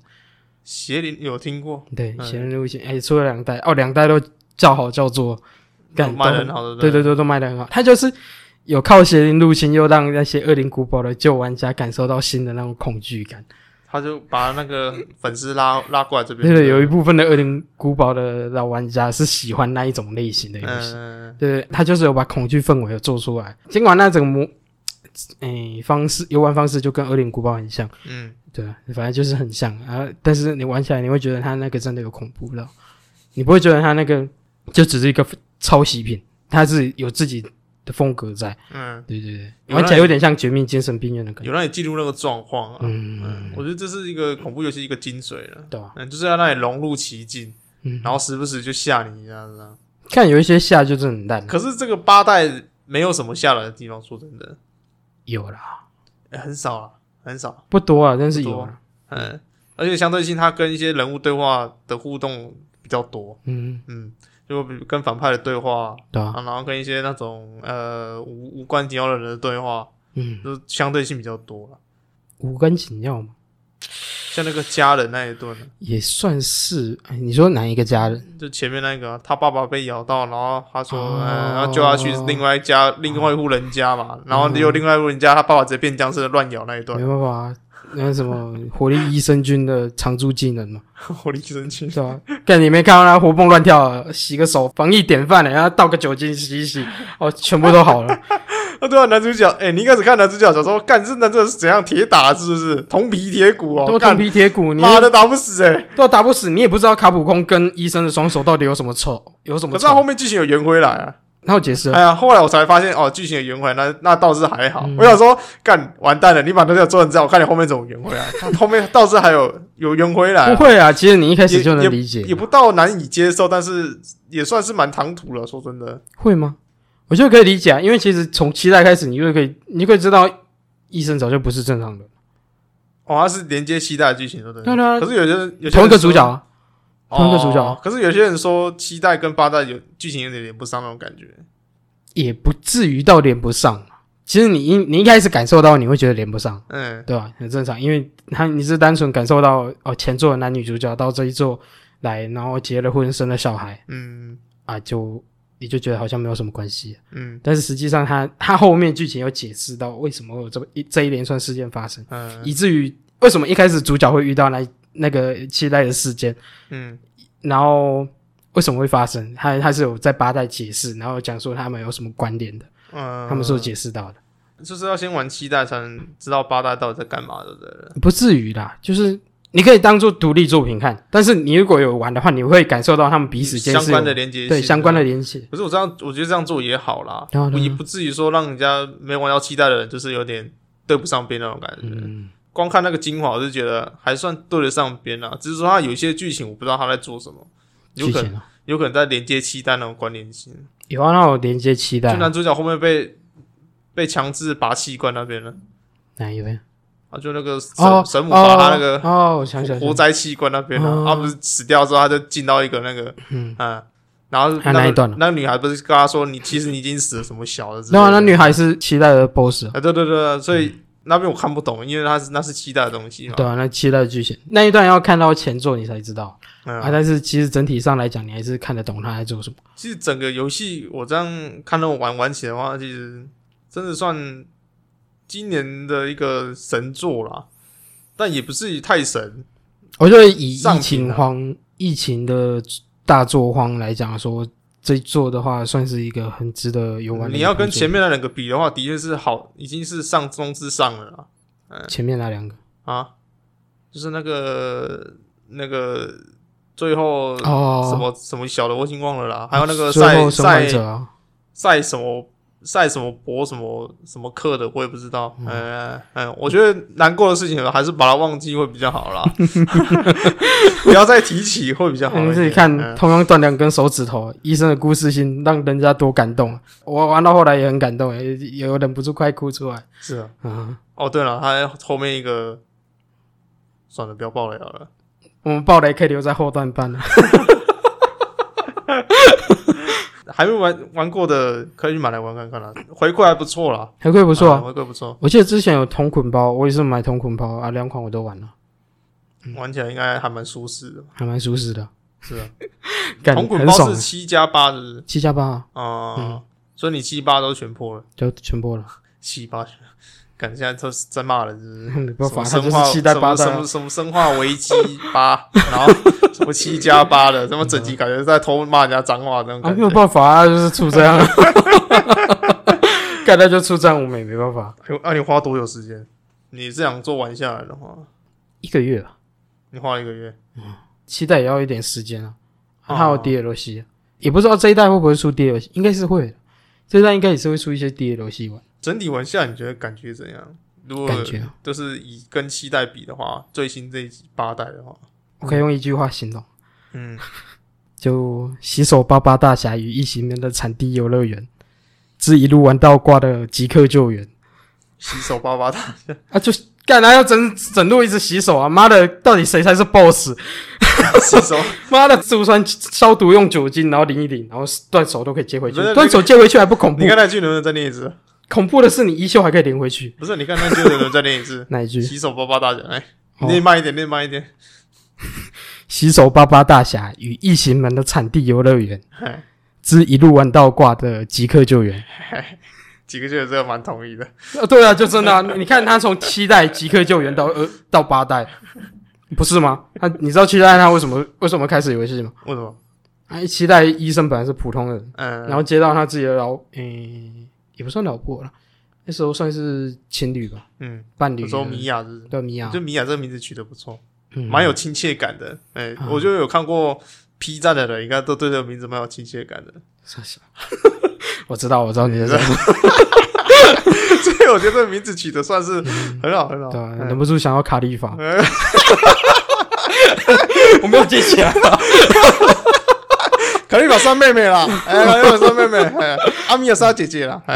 邪灵有听过，》，对，嗯邪灵入侵》哎，出了两代，哦，两代都叫好叫座，有干卖都的很很好的，对对对，都卖的很好。他就是有靠《邪灵入侵》，又让那些《恶灵古堡》的旧玩家感受到新的那种恐惧感。他就把那个粉丝拉拉过来这边，嗯对对，有一部分的《恶灵古堡》的老玩家是喜欢那一种类型的游戏。嗯，对，他就是有把恐惧氛围有做出来。尽管那整个模诶、方式游玩方式就跟《恶灵古堡》很像，嗯，对啊，反正就是很像啊。但是你玩起来，你会觉得它那个真的有恐怖到，你不会觉得它那个就只是一个抄袭品，它是有自己的风格在。嗯，对对对，有玩起那来有点像《绝命精神病院》的感觉。有让你进入那个状况啊。嗯嗯，，我觉得这是一个恐怖游戏一个精髓了。对吧？嗯，就是要让你融入其境，嗯，然后时不时就吓你一下子啊。看有一些下就真的很烂，可是这个八代没有什么吓人的地方，说真的，有啦，欸很少啊，很少。不多啊，但是有不啊。嗯，而且相对性，它跟一些人物对话的互动比较多。嗯，嗯，就比跟反派的对话对啊，啊，然后跟一些那种呃无无关紧要的人的对话，嗯，就是相对性比较多了。无关紧要嘛，像那个家人那一段啊，也算是。哎，你说哪一个家人？就前面那个啊、他爸爸被咬到，然后他说，哦嗯呃，然后救他去另外一家、另外一户人家嘛，然后又另外一户人家，他爸爸直接变僵尸乱咬那一段没，办法啊，那什么活力益生菌的常驻技能嘛。 我立即生气。 对啊，看你没看到他活蹦乱跳啊，洗个手，防疫典范的，然后倒个酒精洗一洗，哦，全部都好了。啊，对啊，男主角，哎、你一开始看男主角小时候，干这男主角是怎样铁打是不是？铜皮铁骨 哦，都啊铜干皮铁骨，你妈的打不死哎、欸！都打不死，你也不知道卡普空跟医生的双手到底有什么仇，有什么可是他后仇。面剧情有圆回来啊，那我解释了，哎呀，后来我才发现哦，剧情有圆回来，那那倒是还好。嗯我想说，干完蛋了，你把男主角做成这样，我看你后面怎么圆回 来。他后面倒是还有有圆回来啊、不会啊，其实你一开始就能理解也，不到难以接受，但是也算是蛮唐突了。说真的，会吗？我觉得可以理解啊，因为其实从期待开始，你就可以，你就可以知道医生早就不是正常人，哦，它是连接期待的剧情，说真的。对啊可是有些人有些人同一个主说角啊，同一个主角哦可是有些人说七代跟八代有剧情有点连不上那种感觉。也不至于到连不上。其实你一你一开始感受到，你会觉得连不上。嗯，对吧、很正常，因为他你是单纯感受到哦，前作的男女主角到这一座来，然后结了婚生了小孩嗯啊，就你就觉得好像没有什么关系。嗯但是实际上他，他后面剧情有解释到为什么会有这么一这一连串事件发生，嗯以至于为什么一开始主角会遇到那那个期待的事件，嗯然后为什么会发生，他他是有在八代解释，然后讲说他们有什么关联的，嗯，他们是有解释到的，就是要先玩七代才能知道八代到底在干嘛，对不对？不至于啦，就是你可以当做独立作品看，但是你如果有玩的话，你会感受到他们彼此间相是关的有连接性对相关的啊。连接。可是我这样，我觉得这样做也好啦，对啊不对啊也不至于说让人家没玩到七代的人就是有点对不上边那种感觉。嗯，光看那个精华，我就觉得还算对得上边啦。只是说它有一些剧情我不知道他在做什么，有之可前能啊有可能在连接七代那种关联性。有啊，那我连接期待就啊男主角后面被被强制拔气罐那边了哪一位？啊，就那个神、哦，神母拔他那哦个哦，我想起来活了，摘器官那边了、哦他不是死掉之后，他就进到一个那个嗯，嗯，然后还那哪个一段呢那个女孩不是跟他说你其实你已经死了什么小的之类然的，后那女孩是期待的 BOSS，啊啊对对对，所以那边我看不懂，因为他是那是期待的东西嘛，对啊，那期待的剧情那一段要看到前作你才知道啊，嗯，但是其实整体上来讲，你还是看得懂他在做什么。其实整个游戏我这样看到玩玩起来的话，其实真的算今年的一个神作啦，但也不至于太神，我觉得以疫上品情啊荒、疫情的大作荒来讲说，这一座的话算是一个很值得游玩的一个作你品。要跟前面那两个比的话，的确是好，已经是上中之上了啦前面那两个啊，就是那个那个最后呃什哦，么、什么小的我已经忘了啦，还有那个最赛后生还赛者啊，赛什么赛什么博什么什么课的，我也不知道。嗯嗯我觉得难过的事情还是把它忘记会比较好啦， 不要再提起会比较好一嗯，点。自己看嗯同样断两根手指头，医生的故事性让人家多感动啊。我玩到后来也很感动，也也有忍不住快哭出来是啊。啊。哦，对了，还有后面一个，算了，不要爆雷好了。我们暴雷可以留在后段班啊了。还没玩玩过的，可以去买来玩看看啦。回馈还不错啦，回馈不错啊啊，回馈不错，我记得之前有同捆包，我也是买同捆包啊，两款我都玩了，玩起来应该还蛮舒适的。还蛮舒适的，嗯是啊，感同捆很包爽是啊。七加八的七加八啊啊，所以你七八都全破了，就全破了，七八。感觉现在都是在骂人，是不没是？ 办法，什他么就生化是期待什么八代什啊么。什么生化危机八， 然后什么七加八的，什么整集感觉在偷骂人家脏话那种啊， 感没觉有。办法啊，就是出这样。干干那就出战五美没办法，哎呦啊，你花多久时间？你这样做完下来的话，一个月啊吧，你花了一个月，期待也要一点时间啊。哦还有 DLC，、也啊不知道这一代会不会出 DLC，应该是会的，这一代应该也是会出一些 DLC 吧，整体玩下来你觉得感觉怎样？如果感觉啊就是以跟七代比的话，最新这一集八代的话，我可以用一句话形容。嗯，就洗手巴巴大侠与一行人的产地游乐园，这一路玩到挂的即刻救援洗手巴巴大，啊！就干嘛要整整路一直洗手啊？妈的，到底谁才是 BOSS？洗手，妈的，植物酸消毒用酒精，然后淋一淋，然后断手都可以接回去不是，断手接回去还不恐怖你？看那句能不能再念一次？恐怖的是你衣袖还可以连回去，不是，你看那句能不能再念一 ？次哪一句？洗手巴巴大人，哎，哦念慢一点，念慢一点，洗手巴巴大侠与一行人的产地游乐园，嗨之一路玩到挂的即刻救援。几个就是这个蛮同意的。呃，对啊，就真的、 啊，你看他从七代即刻救援到呃到八代， 不是吗？他你知道七代他为什么为什么开始游戏吗？为什么？啊，七代医生本来是普通人，嗯，然后接到他自己的老，诶、也不算老婆了，那时候算是情侣吧，嗯，伴侣我的。说米娅是不是，对米娅我觉，得米娅这个名字取得不错，嗯啊蛮有亲切感的。哎，我就有看过 P 站的人，应该都对这个名字蛮有亲切感的。 傻笑 我知道，我知道你在说什么，所以我觉得这个名字取得算是很好，很好。对啊，哎忍不住想要卡利 法，哎我没有记起来，卡丽宝算妹妹啦，哎，卡丽宝算妹妹，哎，阿米尔是她姐姐啦，哎，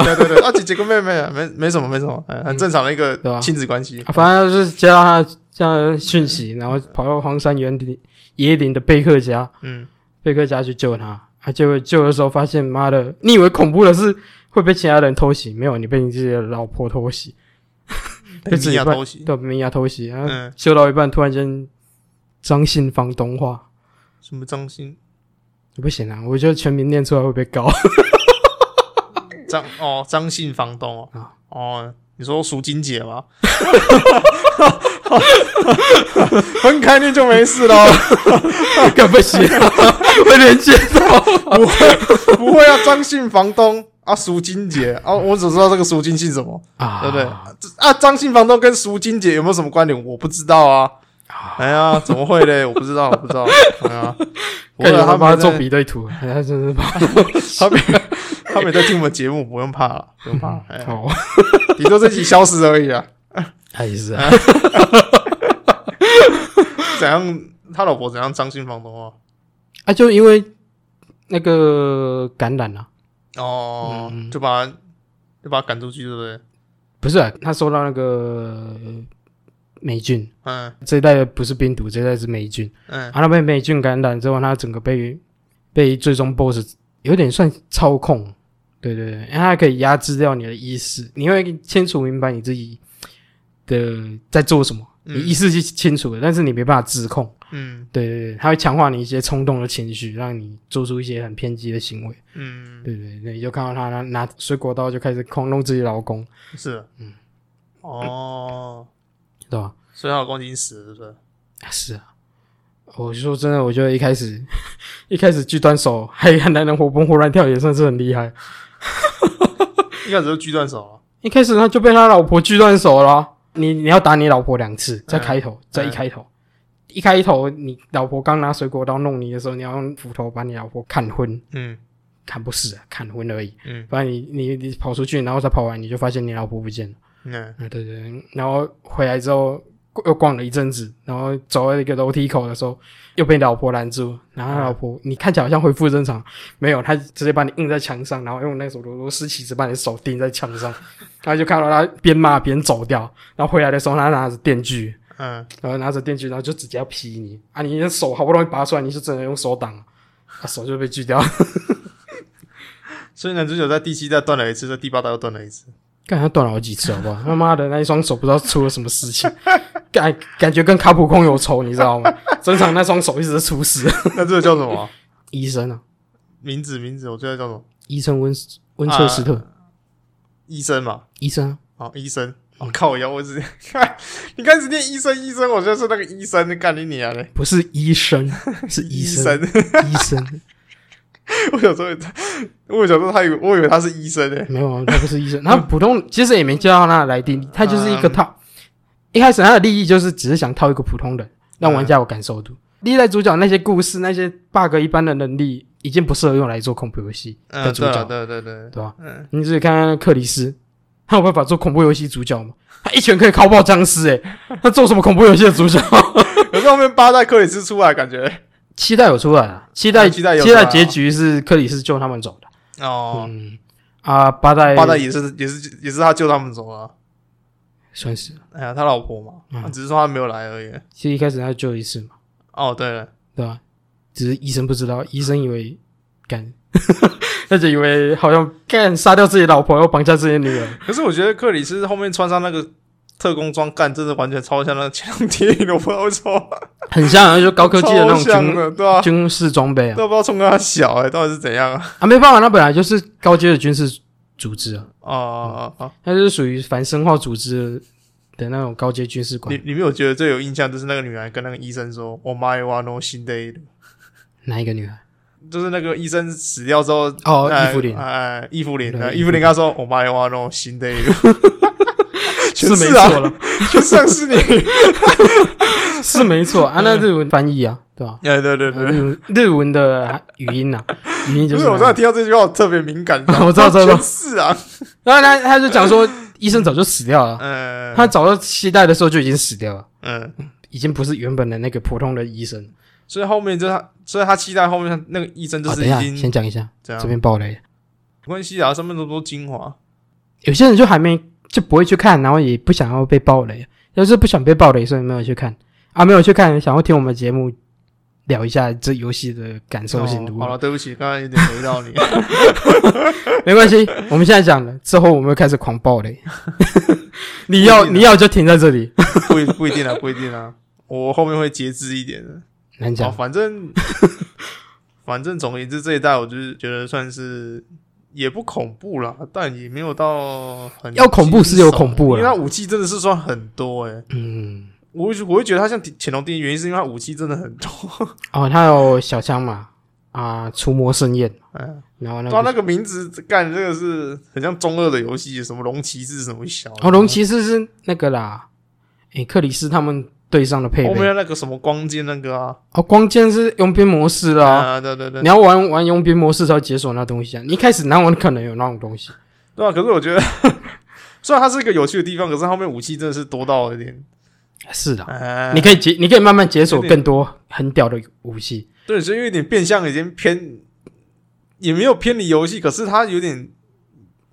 对对 对，啊，姐姐跟妹妹没没什么，没什么，哎，很正常的一个对啊亲子关系。反正就是接到他的这样的讯息，然后跑到荒山原地野岭的贝克家，嗯，贝克家去救他，他结果救的时候发现，妈的，你以为恐怖的是会被其他人偷袭，没有，你被你自己的老婆偷袭，被自米己娅办偷袭，对，米娅偷袭，然后嗯，救到一半，突然间张信芳东话，什么张欣不行啊，我觉得全名念出来会被 告， 张哦张姓房东哦啊，哦，你说赎金姐 吗？分开念就没 事了，干不行、啊，我连接到，不会不会啊，张姓房东啊，赎金姐啊，我只知道这个赎金姓什么。啊对不对？这啊，张姓房东跟赎金姐有没有什么关联？我不知道啊。哎呀，怎么会嘞？我不知道，我不知道。哎 呀，我感觉他妈们做比对 图，他真是怕他们他们在听我们节目，不用怕了，不用怕。哎，嗯 好，顶多这集消失而已啊。他也是啊，怎样？他老婆怎样？张姓房东啊？啊，就因为那个感染啊，哦，嗯就把他就把他赶出去，对不对？不是、啊、他受到那个霉菌。嗯这一代不是病毒，这一代是霉菌。嗯啊，他被霉菌感染之后，他整个被被最终 BOSS 有点算操控。对对对，因为它可以压制掉你的意识，你会清楚明白你自己的在做什么，你嗯意识是清楚的，但是你没办法自控。嗯对对对，它会强化你一些冲动的情绪，让你做出一些很偏激的行为。嗯，对对对，你就看到他拿拿水果刀就开始狂弄自己老公，是。嗯。哦，对吧？所以她老公已经死了，是不是？是啊，我说真的，我觉得一开始 一开始锯断手还很男人活蹦活乱跳，也算是很厉害。一开始就锯断手了。一开始他就被他老婆锯断手了啊、你你要打你老婆两次，在嗯开头，在一开头，一开头你老婆刚拿水果刀弄你的时候，你要用斧头把你老婆砍昏，嗯砍不死啊，砍昏而已。嗯不然你你你跑出去，然后再跑完，你就发现你老婆不见了。嗯嗯，对对对，然后回来之后逛又逛了一阵子，然后走到一个楼梯口的时候，又被老婆拦住，然后他老婆、你看起来好像恢复正常，没有，他直接把你摁在墙上，然后用那种螺丝起子把你的手钉在墙上，然后就看到他边骂边走掉，然后回来的时候他拿着电锯，嗯。然后拿着电锯，然后就直接要劈你啊！你的手好不容易拔出来，你就只能用手挡，啊，手就被锯掉。所以男主角在第七代断了一次，在第八代又断了一次。干他断了好几次，好不 好？他妈的，那一双手不知道出了什么事情， 感感觉跟卡普空有仇，你知道吗？ 整场那双手一直在出事。 那这个叫什么啊？医生啊，名字名字，我记得叫什么？医生温斯温彻斯啊特，医生嘛，医生啊哦，医生。我、哦、靠，我腰，我只看你开始念医生医生，我就是那个医生，干你你啊嘞！ 不是医生，是医医生， 生，医生。 我小时候也在，我小时候他以为我以为他是医生诶、没有啊，他不是医生，他普通其实也没叫他来定，嗯他就是一个套。一开始他的利益就是只是想套一个普通人，让玩家有感嗯受度。历代主角那些故事、那些 bug 一般的能力，已经不适合用来做恐怖游戏的嗯，主对啊角，对对对，对吧？嗯，你自己看看克里斯，他有办法做恐怖游戏主角吗？他一拳可以敲爆僵尸，诶，他做什么恐怖游戏的主角？ 可是后面八代克里斯出来，感觉期待有出来啊，期待嗯期待有期出待来啊结局是克里斯救他们走的。哦，嗯啊，八代八代也是也是也是他救他们走了。算是，哎呀，他老婆嘛，嗯只是说他没有来而已。其实一开始他救一次嘛。哦，对了，对吧？只是医生不知道，医生以为干， 他就以为好像干杀掉自己老婆，又绑架自己女儿。可是我觉得克里斯后面穿上那个特工装干，真的完全超像那个前两天的，我不知道为什么，很像，就高科技的那超像种的，对啊，军军事装备啊都不知道冲他小哎、到底是怎样啊？啊，没办法，那本来就是高阶的军事组织啊，哦哦哦，哦它就是属于反生化组织的那种高阶军事你管。你没有觉得最有印象就是那个女孩跟那个医生说我 my one no s h day”，哪一个女孩？就是那个医生死掉之后，哦，哎伊芙琳哎，伊芙琳，对哎伊芙琳伊芙琳跟他说我 my one no s h day”，全没啊，错了，全上是你，是没 错啊。那日文翻译啊，对吧？哎，对对日嗯对。文日文的语音呐，语音就不是是，那我个真的听到这句话，我特别敏感。我知道知道知道是啊，然后他他就讲说，医生早就死掉了，嗯，他早到期待的时候就已经死掉了，嗯，已经不是原本的那个普通的医生。所以后面就他，所以他期待后面那个医生就啊，是等已一下，经嗯先讲一下，这样，这没边爆雷，关系啊，上面都多精华。有些人就还没就不会去看，然后也不想要被爆雷，要是不想被爆雷，所以没有去看啊，没有去看，想要听我们节目聊一下这游戏的感受性哦如好何，了，对不起，刚刚有点雷到你。没关系，我们现在讲了之后，我们会开始狂 爆雷。你要不一定啊你要就停在这里，不一 不一定啊，不一定啊，我后面会节制一点的。难好，讲。反正 反正总而言之，这一代我就是觉得算是也不恐怖啦，但也没有到很要恐怖是有恐怖了，啦因为它武器真的是算很多诶、欸嗯，我会我会觉得它像潜龙第一，原因是因为它武器真的很多。 哦，他有小枪嘛，啊，除魔盛宴，嗯，然后那对个啊，那个名字干这个是很像中二的游戏，什么龙骑士什么小哦，龙骑士是那个啦，诶、克里斯他们队上的配后备。面那个什么光剑那个啊，哦，光剑是佣兵模式啦、啊，对对对你，要玩玩佣兵模式才会解锁那东西啊。你一开始难玩可能有那种东西，对啊。可是我觉得， 虽然它是一个有趣的地方，可是后面武器真的是多到有点，是的、哎，啊你可以解，你可以慢慢解锁有点更多很屌的武器。对，所以有点变相已经偏，也没有偏离游戏，可是它有点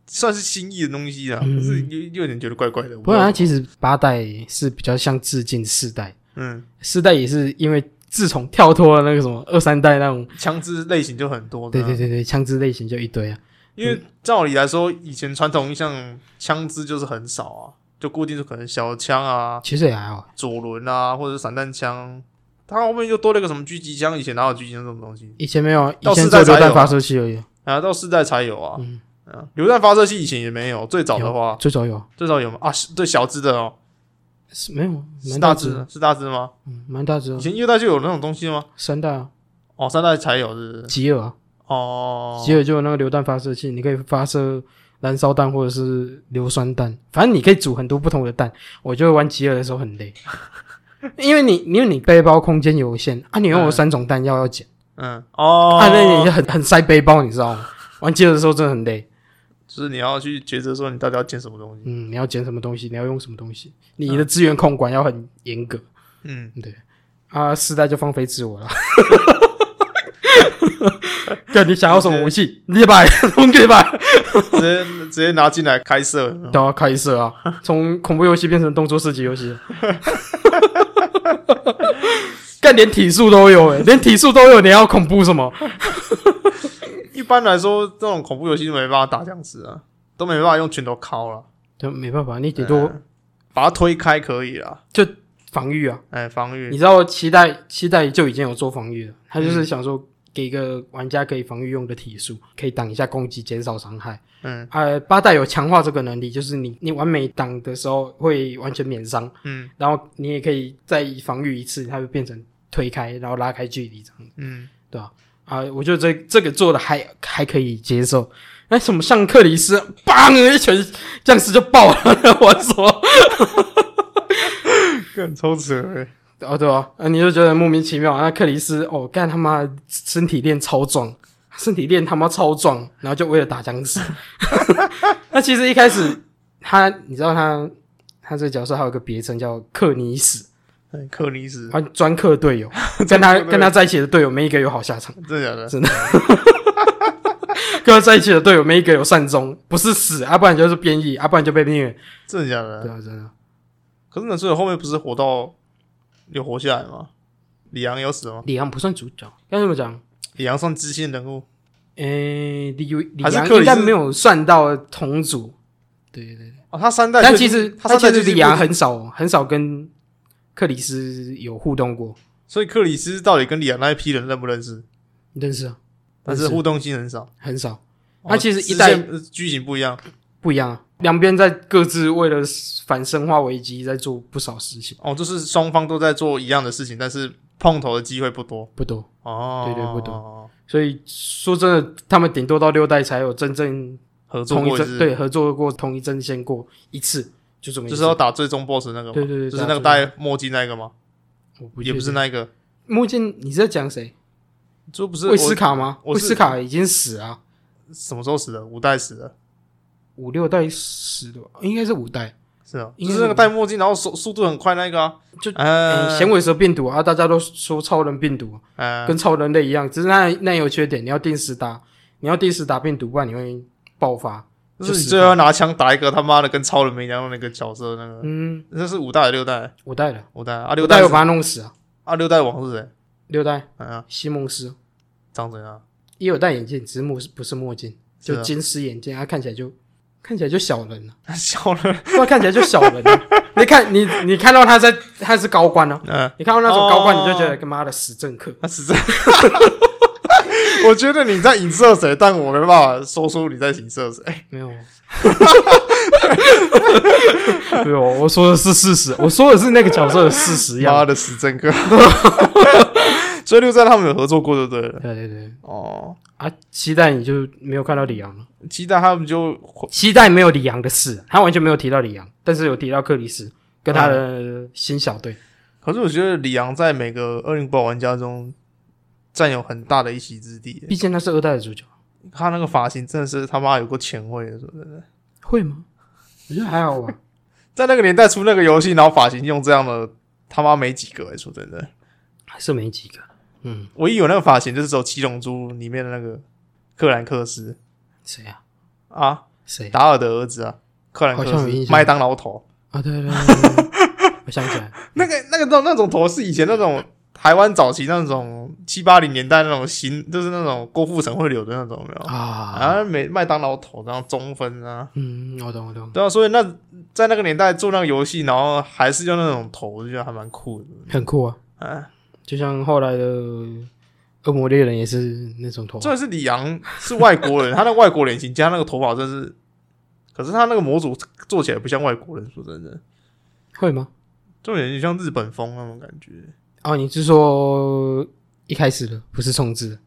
算是新意的东西啦，嗯可是又又有点觉得怪怪的。不然它我其实八代是比较像致敬四代，嗯，四代也是因为自从跳脱了那个什么二三代那种，枪支类型就很多，对对对，啊对对，枪支类型就一堆啊。因为照理来说，以前传统印象枪支就是很少啊，就固定是可能小枪啊、其实也还好，左轮啊，或者是散弹枪。它后面又多了一个什么狙击枪，以前哪有狙击枪这种东西？以前没有，以到前四只代有榴才有弹啊发射器而已，啊，到四代才有啊。嗯啊，榴弹发射器以前也没有，最早的话最早有最早有吗？啊，是对小只的哦，是没有？是蛮大只只的，的，是大只的吗？嗯，蛮大只的以。前一代就有那种东西吗？三代啊，哦，三代才有是不是？吉尔啊，哦，吉尔就有那个榴弹发射器，你可以发射燃烧弹或者是硫酸弹，反正你可以组很多不同的弹。我就玩吉尔的时 候很累，因为你因为你背包空间有限啊，你又有嗯三种弹药要捡，嗯，哦，啊，那你就很很塞背包，你知道吗？玩吉尔的时候真的很累，就是你要去抉择说你到底要捡什么东西。嗯，你要捡什么东西，你要用什么东西，你的资源控管要很严格嗯，啊。四代就放飞 自我了。对，你想要什么武器？ 你摆，弄给摆。直接 直接拿进来开射。有没有都要开设啊， 从恐怖游戏变成动作射击游戏了， 干连体术都有哎、连体术都有，你要恐怖什么？一般来说，这种恐怖游戏就没办法打僵尸啊，都没办法用拳头敲了，就没办法，你得多嗯把它推开可以啦。防御啊。哎，防你御，知道期待期待就已经有做防御了，他就是想说给一个玩家可以防御用的体术，可以挡一下攻击，减少伤害。嗯呃，八代有强化这个能力，就是你你完美挡的时候会完全免伤，嗯然后你也可以再防御一次，它就变成推开，然后拉开距离这样。嗯，啊、我觉得这这个做的还还可以接受。那什么像克里斯，砰一拳，僵尸就爆了，我说，干超扯哎！哦对哦，啊你就觉得莫名其妙。那克里斯，哦干他妈身体练超壮，身体练他妈超壮，然后就为了打僵尸。 那其实一开始他，你知道他他这个角色还有个别称叫克尼斯，哎克里斯，他专克 队友，跟他专克队友跟他在一起的队友没一个有好下场，真的假的？跟他在一起的队友没一个有善终，不是死，啊不然就是变异，啊不然就被虐。真的假对的？啊，真的。可是冷水友后面不是活到有活下来吗？李阳有死吗？李阳不算主角，要怎么讲？李阳算支线人物，诶、李李还是阳克里斯应该没有算到同组，对对对。哦，他三代就，但其实他三但其代实就是李阳很少很少跟克里斯有互动过，所以克里斯到底跟李阳那一批人认不认识？你认识啊？但是互动性很少。很少，哦他其实一支代线呃剧情不一样。不一样啊。两边在各自为了反生化危机在做不少事情，哦，就是双方都在做一样的事情，但是碰头的机会不多。不多。哦，对对不多。所以说真的，他们顶多到六代才有真正合作同一过一阵次，对合作过同一阵线过一次，就这么一就次。是要打最终 BOSS 那个嘛，对对对就是那打个最终戴墨镜那个吗？我不也不确定是那一个，墨镜，你是在讲谁？就不是卫斯我卡吗？我卫是斯卡已经死啊，什么时候死的？五代死的，五六代死的吧，应该是五代。是啊，应就该是是那个戴墨镜，然后速速度很快那个啊，就呃嗯，，显尾蛇病毒啊，大家都说超人病毒呃，跟超人类一样，只是那那有缺点，你要定时打，你要定时打病毒，不然你会爆发。就是就你是最后要拿枪打一个他妈的跟超人没两样的那个角色那个，嗯，那是五代还是六代？五代了，五代啊，五六代代有是把他弄死啊，啊，六代王是谁？六代哎呀，啊西蒙斯长怎样？也有戴眼镜，只是墨不是墨镜，是就啊金丝眼镜，他看起来就看起来就小人了，小人， 对啊，看起来就小人了。你看你你看到他在他是高官啊，嗯，你看到那种高官哦你就觉得他妈的死政客。他是这样。 我觉得你在影射谁，但我没办法说出你在影射谁。没有， 没有，我说的是事实，我说的是那个角色的事实妈呀。的死政客！ 所以六战他们有合作过就对了。对对对，哦，啊，期待你就没有看到李阳了，期待他们就回期待没有李阳的事，他完全没有提到李阳，但是有提到克里斯跟他的新小队。可是我觉得李阳在每个恶灵堡玩家中占有很大的一席之地。毕竟他是二代的主角，他那个发型真的是他妈有过前卫的，说真的。会吗？我觉得还好吧。啊在那个年代出那个游戏，然后发型用这样的，他妈没几个哎、说真的。还是没几个。嗯，唯一有那个发型就是走《七龙珠》里面的那个克兰克斯谁啊？啊，谁啊？达尔的儿子啊，克兰克好像有印斯，象麦当劳头。啊，对对对对，对我想起来，那个那个那种那种头是以前那种台湾早期那种七八零年代那种型，就是那种郭富城会留的那种有没有？啊，啊，美麦当劳头，然后中分啊，嗯，我懂我懂，对啊，所以那在那个年代做那个游戏，然后还是用那种头，我就觉得还蛮酷的。很酷啊。啊，就像后来的恶魔猎人也是那种头发啊重，点是李阳是外国人，他那外国脸型加那个头发，真是，可是他那个模组做起来不像外国人，说真的，会吗？重点就像日本风那种感觉。哦，你是说一开始的，不是重置？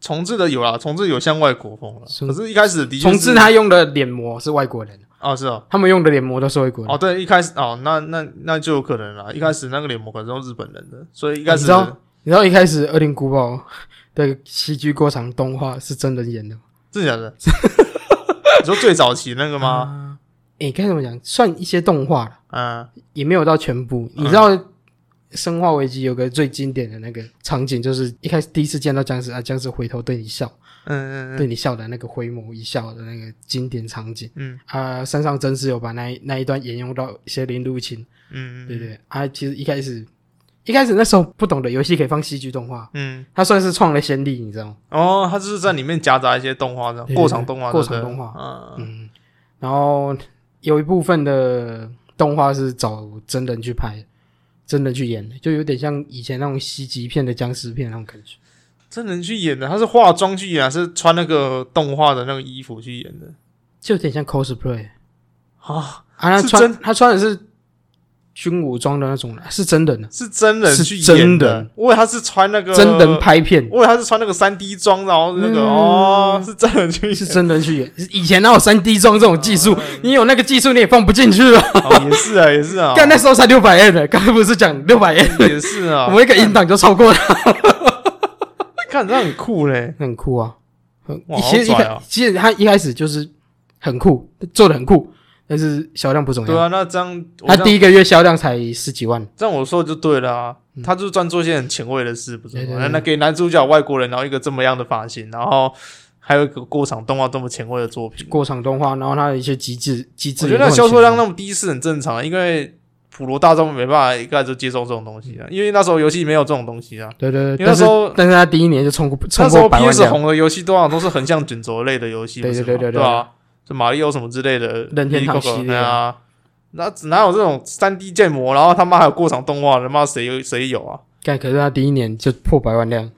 重置的有啦，重置有像外国风了，重可是一开始的确重是置他用的脸模是外国人，啊是哦，他们用的脸模都是外国人。哦，对，一开始哦，那那那就有可能啦。一开始那个脸模可能是用日本人的，所以一开哦你始知道你知道一开始《恶灵古堡》的戏剧过场动画是真人演的吗真的假 的？你说最早期那个吗？啊？诶，该怎么讲？算一些动画了，嗯，也没有到全部。你知道《生化危机》有个最经典的那个场景，就是一开始第一次见到僵尸啊，僵尸回头对你笑，嗯嗯嗯对你笑的那个回眸一笑的那个经典场景。嗯啊、山上真是有把那一那一段沿用到邪灵入侵，嗯，对不对？啊，其实一开始一开始那时候不懂得游戏可以放戏剧动画，嗯，它算是创了先例，你知道吗？哦，他就是在里面夹杂一些动画这样，对对对过场动画，过对不对场动画嗯，嗯，然后有一部分的动画是找真人去拍，真人去演的，就有点像以前那种西极片的僵尸片那种感觉。真人去演的，他是化妆去演，还是穿那个动画的那个衣服去演的就有点像 cosplay 啊？啊，他是穿真他穿的是军武装的那种人，是真人啊，是真人是去演真的人，我以为他是穿那个真人，拍片，我以为他是穿那个三 D 装，然后那个、嗯哦，是真人去演，是真人去演。以前哪有三 D 装这种技术哦？你有那个技术你也放不进去啊！哦，也是啊，也是啊，干那时候才六百 N 的，刚才不是讲六百 N，也是啊，我们一个音档就超过了，看这很酷嘞，很酷啊！很哇其实一好拽开啊其实他一开始就是很酷，做的很酷，但是销量不重对要。啊，那这样我他这样第一个月销量才十几万，这样我说就对了啊嗯，他就是专做一些很前卫的事，不是对对吗？对那那给男主角外国人，然后一个这么样的发型，然后还有一个过场动画这么前卫的作品，过场动画，然后他的一些机制机制我也觉都得很那强，销售量那么低是很正常啊的，因为普罗大众没办法一开始就接受这种东西啊，因为那时候游戏没有这种东西啊。对对因为那对，但时是候但是他第一年就冲过冲那时候过百万 PS 辆，红的游戏多少都是横向卷轴类的游戏，对不是对吗对对对啊，就马里奥什么之类的，任天堂系列 Coco，对啊，那哪有这种三 D 建模，然后他妈还有过场动画的，他妈谁有谁有啊？但可是他第一年就破百万辆，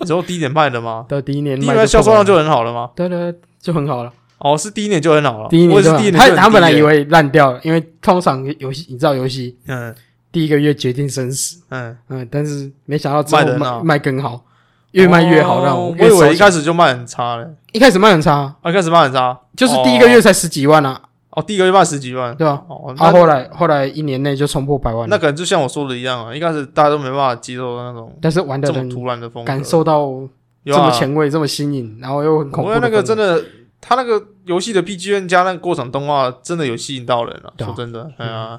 你说低点卖的 吗？到第一年第一卖年就销破售百万量就很好了吗？对对对就很好了。哦，是第一年就很好了。第一我也年是就第一很年就很低他他本来耶以为烂掉了，因为通常游戏你知道游戏嗯第一个月决定生死，嗯，嗯，但是没想到之后卖得很卖好卖更好，越卖越好那哦种。我以为一一开开始就卖很差嘞，一开始卖很差，啊，一开始卖很差，就是第一个月才十几万啊，哦，第一个月卖十几万，对吧？哦，那啊，后来后来一年内就冲破百万那了，可能就像我说的一样啊，一开始大家都没办法接受那种但是玩的这么人突然的风格，感受到这有啊么前卫、这么新颖，然后又很恐怖我的觉得氛围。那个真的，他那个游戏的 PGN 加那个过场动画，真的有吸引到人了、对啊说真的，哎呀、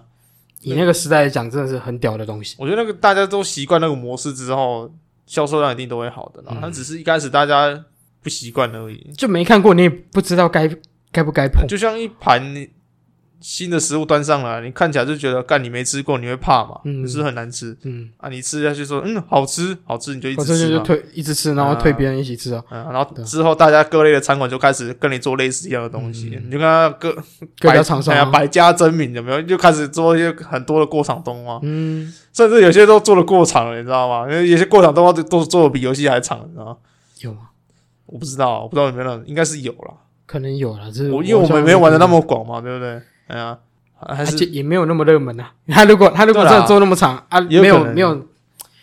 以那个时代来讲，真的是很屌的东西。我觉得那个大家都习惯那个模式之后，销售量一定都会好的啦嗯。但只是一开始大家不习惯而已。就没看过，你也不知道该该不该碰。就像一盘新的食物端上来，你看起来就觉得，干你没吃过，你会怕嘛？嗯就是很难吃嗯，啊！你吃下去说，嗯，好吃，好吃，你就一我直这就吃啊就嘛。推一直吃，然后推别人一起吃啊，嗯，然后对之后大家各类的餐馆就开始跟你做类似一样的东西，嗯你就看各各百家厂商哎呀，啊。百家争鸣有没有？就开始做一些很多的过场动画，嗯，甚至有些都做的过场了，你知道吗？因为有些过场动画都都做的比游戏还长，你知道吗？有吗？我不知道，我不知道有没有那种，应该是有啦。可能有了，这我因为我们没有玩的那么广嘛，对不对？哎呀，还而是且也没有那么热门啊。 他如果他如果对真啦的做那么长啊，也有没有可能没有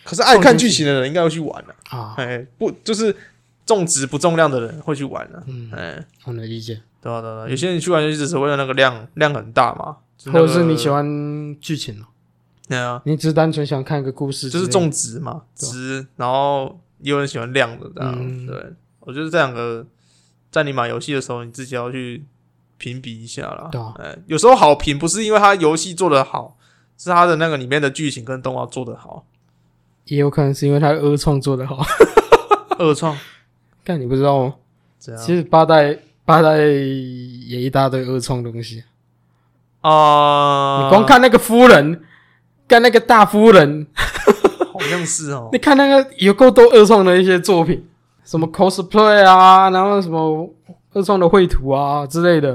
可是爱看剧情的人应该会去玩的、啊，哎，不就是重质不重量的人会去玩的、嗯，哎，我能理解。对啊吧、对吧、有些人去玩游戏只是为了那个量量很大嘛，就那或个者是你喜，欢剧情哦，对啊，你只是单纯想看一个故事之就类是的，重质嘛，对啊质，然后也有人喜欢量的这样。嗯对，我觉得这两个，在你买游戏的时候，你自己要去评比一下啦。对啊哎有时候好评不是因为它游戏做得好，是它的那个里面的剧情跟动画做得好。 也有可能是因为他二创做的好。 二创但你不知道吗？这其样实八代八代也一大堆二创东西。啊，你光看那个夫人，干那个大夫人，好像是哦你， 看那个有够多二创的一些作品，什么 cosplay 啊，然后什么二创的绘图啊之类的，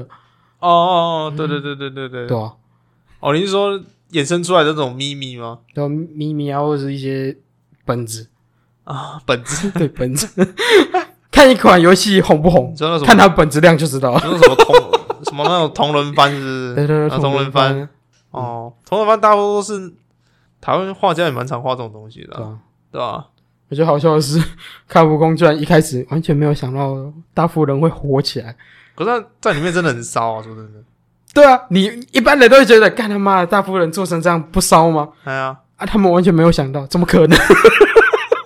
哦哦哦，对对对对对对，对吧、啊？哦，你是说衍生出来的这种秘密吗？然后咪咪啊，或者是一些本子， 啊，本质，对本子， 看一款游戏红不红你，知道那什么看它本质量就知 道了。那种什么同 什么那种同人番是不是？对对啊对，同人番，番，哦，同人番大多都是台湾画家也蛮常画这种东西的对啊、吧？对吧？我觉得好笑的是，卡普空居然一开始完全没有想到大富人会火起来。可是他在里面真的很骚啊，说真的，对啊，你一般人都会觉得，干他妈的大富人做成这样不骚吗？哎呀，啊，他们完全没有想到，怎么可能？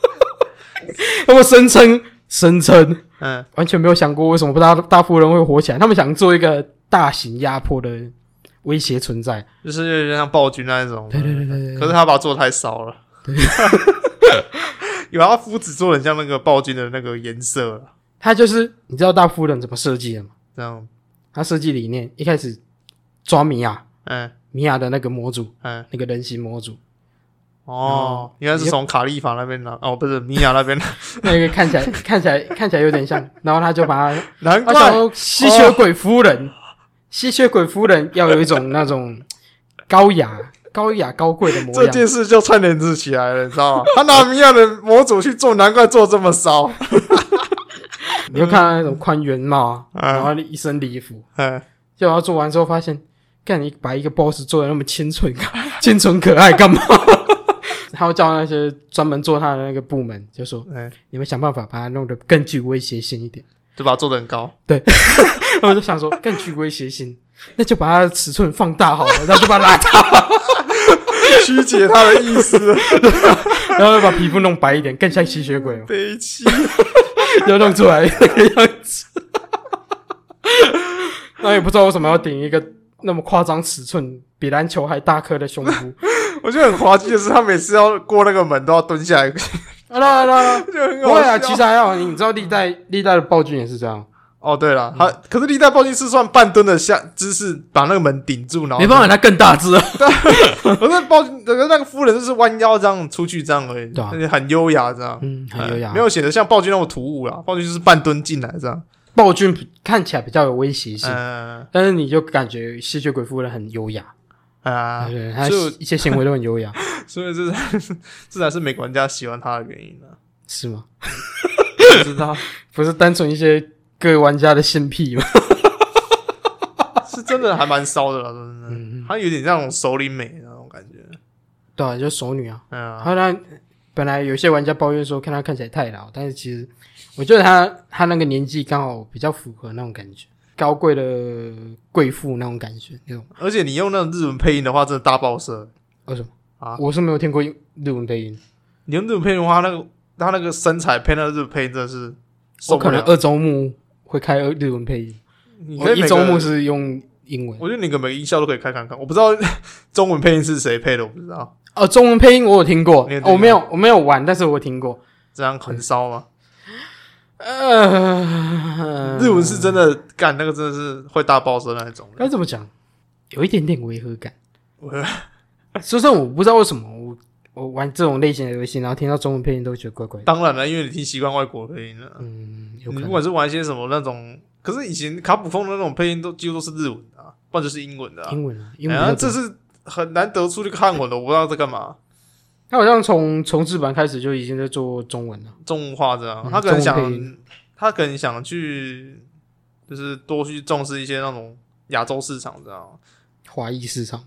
他们声称声称嗯，完全没有想过为什么大大富人会火起来，他们想做一个大型压迫的威胁存在。就是有点像暴君啊那一种。对对对对对可是他把它做的太骚了， 有他肤质做的像那个暴君的那个颜色了，他就是你知道大富人怎么设计的吗？这样，他设计理念一开始抓米娅，嗯米娅的那个模组，嗯，那个人形模组，哦，应该是从卡利法那边拿，哦，不是米娅那边 拿，那个看起来看起来看起来有点像，然后他就把它难他想怪说吸血哦鬼夫人，吸血鬼夫人要有一种那 种高雅、高雅、高贵的模这样。件事就串联起来了，你知道吗？他拿米娅的模组去做，难怪做这么 骚，你就看到那种宽圆帽啊，嗯然后一身礼服，嗯。结果他做完之后发现，干你把一个 boss 做的那么清纯， 清纯可爱干嘛？ 他会叫那些专门做他的那个部门，就说哎，你们想办法把它弄得更具威胁性一点。就把它做的很高，然后我 就想说，更具威胁性，那就把它的尺寸放大好了，然后就把它 拉大，曲解他的意思，然后就把皮肤弄白一点，更像吸血鬼， 哦悲戚。要弄出来 那个样子。那也不知道为什么要顶一个那么夸张尺寸比篮球还大颗的胸部。 我觉得很滑稽的是，他每次要过那个门都要蹲下来， 就啊啦啦啦！很不好会笑。啊，其实还好，你知道历代历代的暴君也是这样，哦，对了，他可是历代暴君是算半蹲的下姿势，把那个门顶住，然 后没 办法，他更大只啊。法。可是暴君，可是那个夫人就是弯腰这样出去这样而已，对啊而且很优雅这样，嗯，很优雅。哎没有显得像暴君那么突兀啦。暴君就是半蹲进来这样，暴君看起来比较有威胁性，嗯但是你就感觉吸血鬼夫人很优雅，啊，对，她所以一切行为都很优雅，所以这才是 这才是美国玩家喜欢他的原因啊呢。是吗？不知道不是单纯一些各位玩家的性癖 吗？是真的还蛮骚的啦，说真的，嗯，他有点那种首领美那种感觉，对啊，就熟女啊。嗯啊，后来本来有些玩家抱怨说看她看起来太老，但是其实我觉得她她那个年纪刚好比较符合那种感觉，高贵的贵妇那种感觉那种。而且你用那种日文配音的话，真的大爆射。为什么啊我是没有听过日文配音，你用日文配音的话，那个他那个身材配那个日文配音真的是受我不可能了。二周目会开二日文配音，你我可以一每周个目，是用英文。我觉得你可每个音效都可以开看看。我不知道 中文配音是谁配的，我不知道。哦，中文配音我有听过哦你有听，过我没有我没有玩，但是我听过。这样很骚吗？呃，日文是真的干那个真的是会大爆声那一种的。该怎么讲？有一点点违和感。违 说真的，我不知道为什么我我玩这种类型的游戏，然后听到中文配音都觉得怪怪的。当然了，因为你听习惯外国配音了。嗯，有你可不能管是玩一些什么那种，可是以前卡普空的那种配音都几乎都是日文的、啊，不然就是英文的、啊。英文啊，英哎文呀那这种。是很难得出这个汉文的，我不知道在干嘛，他好像从重置版开始就已经在做中文了。中文化这样。嗯他可能中文配想，他可能想去，就是多去重视一些那种亚洲市场，这样。华裔市场，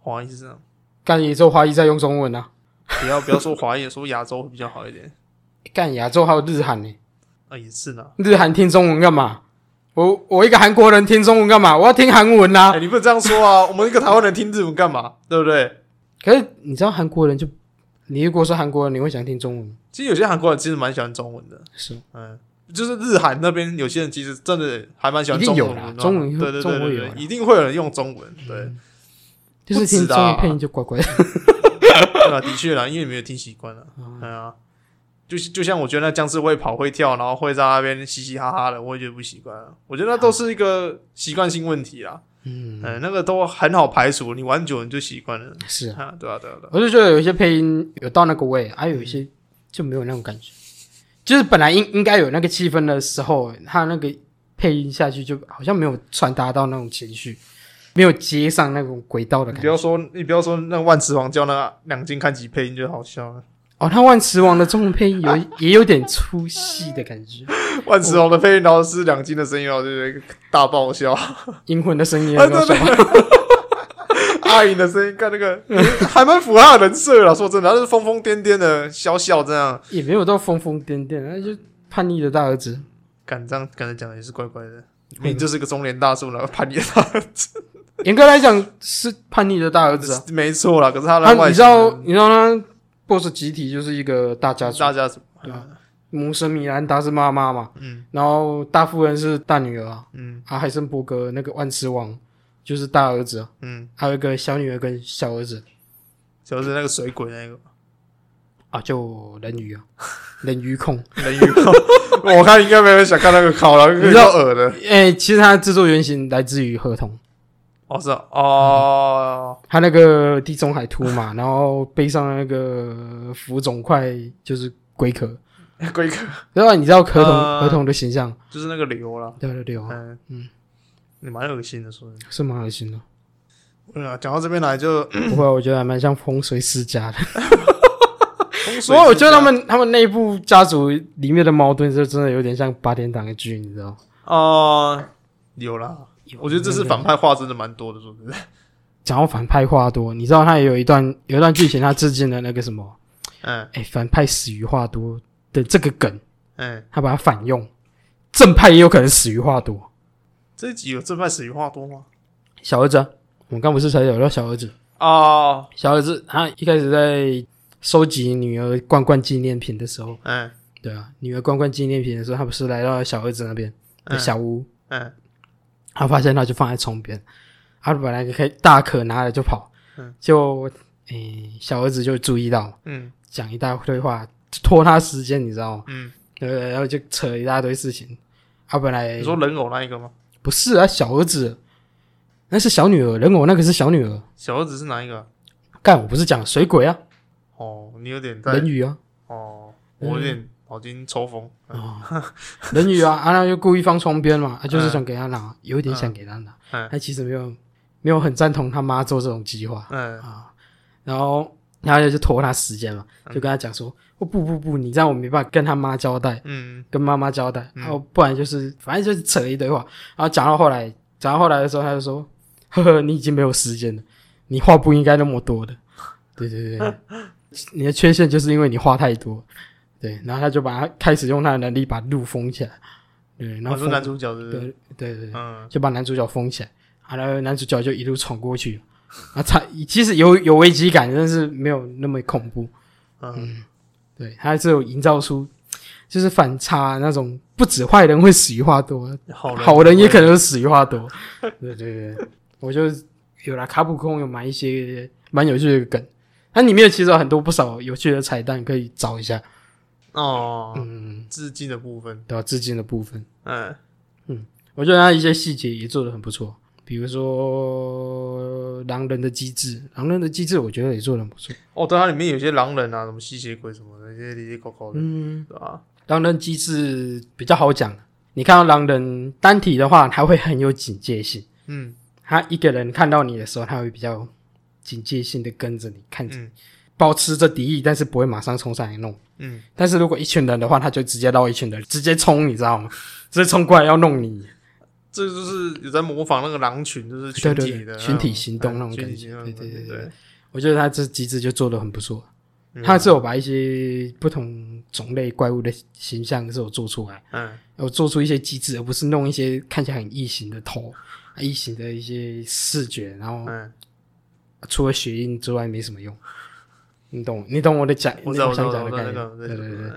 华裔市场，干也只有华裔在用中文啊。不要不要说华裔，说 亚洲会比较好一点。干亚洲还有日韩呢、啊，也是呢。日韩听中文干嘛？我我一个韩国人听中文干嘛？我要听韩文啦、哎、你不能这样说啊！ 我们一个台湾人听日文干嘛？对不对？可是你知道韩国人就，你如果是韩国人，你会想听中文吗其实有些韩国人其实蛮喜欢中文的，是吗，嗯，就是日韩那边有些人其实真的还蛮喜欢中文的一定有啦中文会对对对中文对会有对啦，一定会有人用中文，对，就是听中啊文配音就怪怪的。对啊，的确啦，因为你没有听习惯了，嗯对啊，就是就像我觉得那僵尸会跑会跳，然后会在那边嘻嘻哈哈的，我也觉得不习惯啊。我觉得那都是一个习惯性问题啦，嗯，嗯，那个都很好排除，你玩久了你就习惯了是啊，啊，对啊，对啊，对啊，我就觉得有一些配音有到那个位，还、有一嗯些就没有那种感觉。就是本来应应该有那个气氛的时候，他那个配音下去就好像没有传达到那种情绪，没有接上那种轨道的你感不觉。要说你不要说那万磁王叫那两金看几配音就好笑了，哦，他万磁王的中文配音有 也有点出戏的感觉，万磁王的配音然后是两金的声音，然后就是大爆笑。 银魂的声音也啊，很搞对笑。对。阿颖的声音，看那个还蛮符合他的人设了。说真的，他是疯疯癫癫的、笑笑这样，也没有到疯疯癫癫，那就叛逆的大儿子。敢这样刚才讲的也是怪怪的。你就是个中年大叔了， 叛逆的大儿子，严格来讲是叛逆的大儿子啊。没错啦。可是他的他外你知形道你知道他 BOSS 集体就是一个大家族，大家什对啊么？谋生米兰达是妈妈嘛，嗯然后大夫人是大女儿啊，嗯啊海森伯格那个万磁王就是大儿子啊、嗯，还有一个小女儿跟小儿子就是那个水鬼那个啊，就 人鱼啊，人鱼控。人鱼靠， 我看应该没有人想看那个靠了，那个你知道叫耳的。哎、其实它的制作原型来自于合同，哦，是啊哦，他那个地中海秃 嘛，然后背上那个浮肿块就是龟壳，龟壳然后你知道合同、呃合同的形象，就是那个流了。对对对啊，嗯嗯，你蛮恶心的，说真的。是蛮恶心的。对啊，讲到这边来就，不会，我觉得还蛮像风水世家的。所所以我觉得他们他们内部家族里面的矛盾，就真的有点像八点档的剧，你知道吗？哦，有啦，我觉得这是反派话真的蛮多的，说真的，讲到反派话多，你知道他也有一段有一段剧情，他致敬了那个什么，嗯哎，反派死于话多的这个梗，嗯，他把它反用，正派也有可能死于话多。这一集有正派死于话多吗？小儿子、啊，我们刚不是才聊到小儿子，哦，小儿子他一开始在收集女儿罐罐纪念品的时候，嗯对啊，女儿罐罐纪念品的时候，他不是来到小儿子那边的嗯小屋，嗯他发现他就放在床边，他本来可以大可拿了就跑，嗯就诶、小儿子就注意到，嗯讲一大堆话，拖他时间，你知道吗？嗯，对不对？然后就扯一大堆事情。他本来你说人偶那一个吗？不是啊，小儿子那是小女儿，人偶那个是小女儿。小儿子是哪一个啊？干，我不是讲水鬼啊，哦，你有点在人鱼啊，哦，我有点脑筋抽风。嗯哦，人鱼啊，啊，那就故意放窗边嘛，啊，就是想给他拿，有一点嗯想给他拿，嗯他其实没有没有很赞同他妈做这种计划，嗯啊，然后然后就拖他时间嘛，嗯就跟他讲说，哦不不不，你这样我没办法跟他妈交代，嗯跟妈妈交代，嗯然后不然就是反正就是扯一堆话，然后讲到后来，讲到后来的时候，他就说，呵呵，你已经没有时间了，你话不应该那么多的，对对对，你的缺陷就是因为你话太多，对，然后他就把他开始用他的能力把路封起来，对，然我后是封哦男主角是不对是？对对对，嗯就把男主角封起来，啊，然后男主角就一路闯过去，啊，差其实有有危机感，但是没有那么恐怖。嗯对，他是有营造出就是反差那种，不止坏人会死于话多，好人好人也可能会死于话多。对对对，我就有了卡普空有买一些蛮有趣的梗，它里面其实有很多不少有趣的彩蛋可以找一下。哦，嗯，致敬的部分，对吧、致敬的部分。嗯我觉得他一些细节也做得很不错，比如说狼人的机制，狼人的机制我觉得也做得很不错。哦，对，它里面有些狼人啊，什么吸血鬼什么的，一些里里口口的，嗯，对吧？狼人机制比较好讲，你看到狼人单体的话，他会很有警戒性，嗯他一个人看到你的时候，他会比较警戒性的跟着你看着，嗯保持着敌意，但是不会马上冲上来弄。嗯，但是如果一群人的话，他就直接绕一群人，直接冲，你知道吗？直接冲过来要弄你。这就是有在模仿那个狼群，就是对群对体对的群体行动嗯那种群感体觉行动对那种对感对觉对我觉得他这机制就做得很不错。嗯它是有把一些不同种类怪物的形象是有做出来，嗯有做出一些机制，而不是弄一些看起来很异形的头、异形的一些视觉，然后嗯，除了血印之外没什么用。你懂，你懂我的讲，我知道我我知道想我知道讲我知的概道那个，念。对对对，对，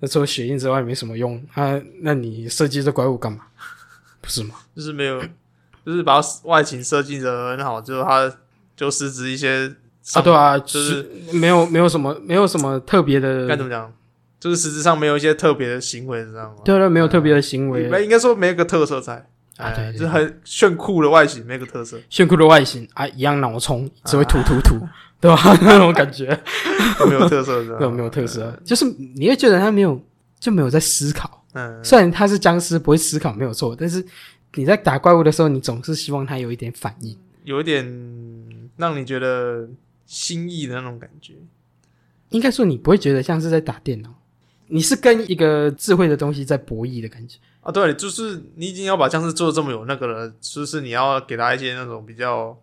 那除了血印之外没什么用啊，那你设计这怪物干嘛？不是吗？就是没有，就是把外形设计的很好，就是它就失职一些啊，对啊，就是没有没有什么没有什么特别的，该怎么讲，就是实质上没有一些特别的行为，知道吗？对啊对，没有特别的行为。没应该说没有个特色在，啊哎对就对是很炫酷的外形，没有个特色， 炫酷的外形啊，一样脑冲，只会突突突，啊对吧？ 那种感觉，都没有特色，知道对，吗没有特色，就是你会觉得他没有就没有在思考。嗯，虽然他是僵尸，不会思考没有错，但是你在打怪物的时候，你总是希望他有一点反应。有一点让你觉得新意的那种感觉，应该说，你不会觉得像是在打电脑，你是跟一个智慧的东西在博弈的感觉。啊，对，就是你已经要把僵尸做的这么有那个了，就是你要给他一些那种比较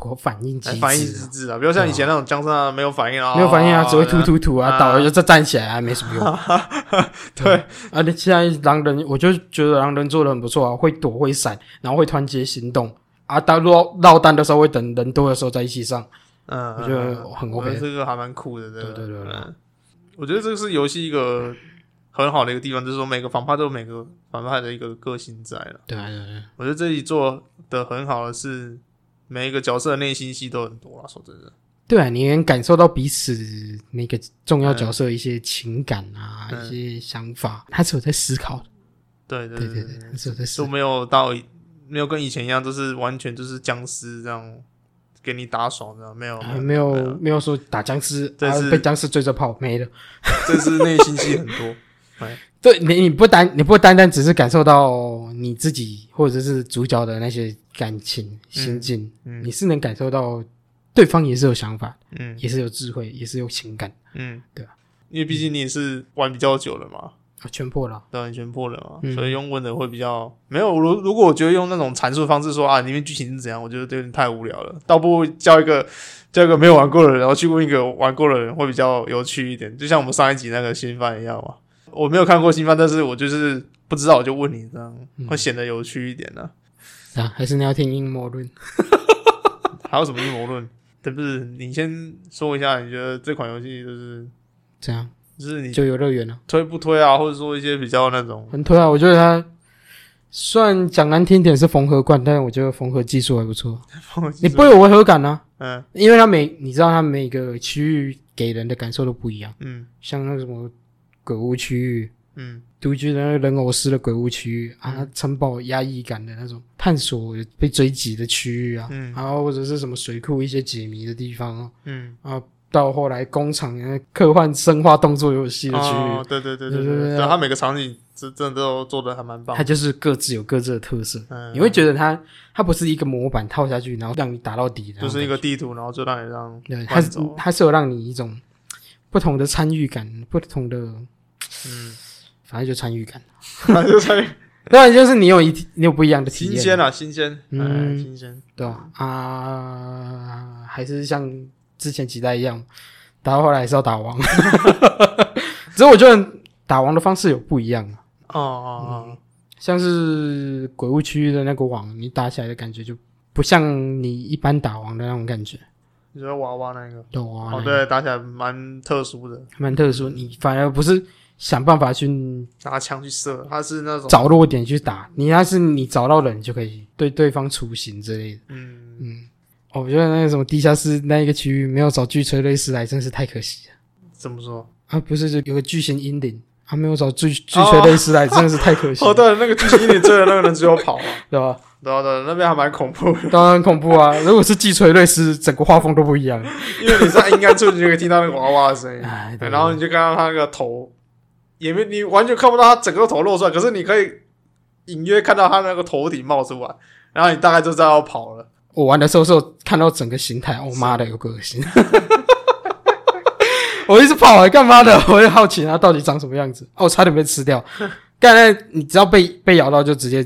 我反应机哎制、反应机制啊，比如像以前那种僵尸啊，没有反应啊，没有反应啊，哦只会突。突突啊，啊倒了就再站起来啊，没什么用。对，而且现在狼人，我就觉得狼人做的很不错啊，会躲会闪，然后会团结行动啊。到落落单的时候会等人多的时候再一起上，嗯，我觉得很我 OK 觉得这个还蛮酷的，对对对对对嗯，我觉得这个是游戏一个很好的一个地方，就是说每个反派都有每个反派的一个个性在了。对啊对啊对啊，我觉得这里做的很好的是，每一个角色的内心戏都很多啊。说真的，对啊，你能感受到彼此每个重要角色一些情感啊，嗯一些想法，他是有在思考的。对对对对对对，，他是有在思就考。没有到以没有跟以前一样，就是完全就是僵尸这样给你打爽这样，没有，啊没有没有说打僵尸，这啊是被僵尸追着跑没了。这是内心戏很多。对你，你不单你不单单只是感受到你自己或者是主角的那些感情心境，嗯 你是能感受到对方也是啊有想法，嗯啊全破了，对啊，你全破了嘛，嗯所以用问的会比较没有。如如果我觉得用那种阐述方式说啊，里面剧情是怎样，我觉得有点太无聊了，倒不如叫一个叫一个没有玩过的人，然后去问一个玩过的人，会比较有趣一点。就像我们上一集那个新番一样嘛，我没有看过新番，但是我就是不知道，我就问你，这样嗯会显得有趣一点呢、啊，还是你要听阴谋论？还有什么阴谋论？对不是，你先说一下，你觉得这款游戏就是这样就是你就游乐园了，推不推啊，或者说一些比较那种很推啊！我觉得它虽然讲难听点是缝合罐，但是我觉得缝合技术还不错，你不会有违和感啊，嗯因为它每你知道它每个区域给人的感受都不一样，嗯像那个什么鬼屋区域。嗯独居的那个人偶式的鬼屋区域啊，那城堡压抑感的那种探索被追击的区域啊，嗯然后或者是什么水库一些解谜的地方啊，嗯，到后来工厂呃科幻生化动作游戏的区哦域，，对对对对对对对，对对他每个场景真真的都做的还蛮棒它，就是各自有各自的特色，嗯，你会觉得它它不是一个模板套下去，然后让你打到底的那就种感觉，是一个地图，然后就让你让对，它换是走，它是有让你一种不同的参与感，不同的嗯，反正就参与感，反正 就是当然就是你有一你有不一样的体新验啊，鲜啊，新鲜，嗯嗯，新鲜，对吧？啊，还是像之前几代一样，打到后来还是要打王。 只是我觉得打王的方式有不一样哦啊，哦像是鬼屋区域的那个网，你打起来的感觉就不像你一般打王的那种感觉，哦，你说娃娃那个，懂吗？哦，对，打起来蛮特殊的，蛮特殊，你反而不是想办法去拿枪去射，它是那种，找落点去打，你要是你找到人就可以对对方处刑之类的。嗯，嗯，哦我觉得那个什么地下室那一个区域没有找巨锤类师来，真是太可惜了。怎么说？啊，不是，就有个巨型阴灵，他没有找巨巨锤类师来，真的是太 可惜，哦，对，那个剧情里追的那个人只有跑嘛，对吧？ 对啊对啊，那边还蛮恐怖的，当然很恐怖啊！如果是巨锤类师，整个画风都不一 样。因为你在阴暗处，你就可以听到那个娃娃的声音。哎，对对然后你就看到他那个头，也没你完全看不到他整个头露出来，可是你可以隐约看到他那个头顶冒出来，然后你大概就知道要跑了。我玩的时候是有看到整个形态，我、妈的，有个恶心！ 我一直跑来干嘛的？ 我也好奇它到底长什么样子。哦，我差点被 吃掉。刚才你只要被被咬到就直接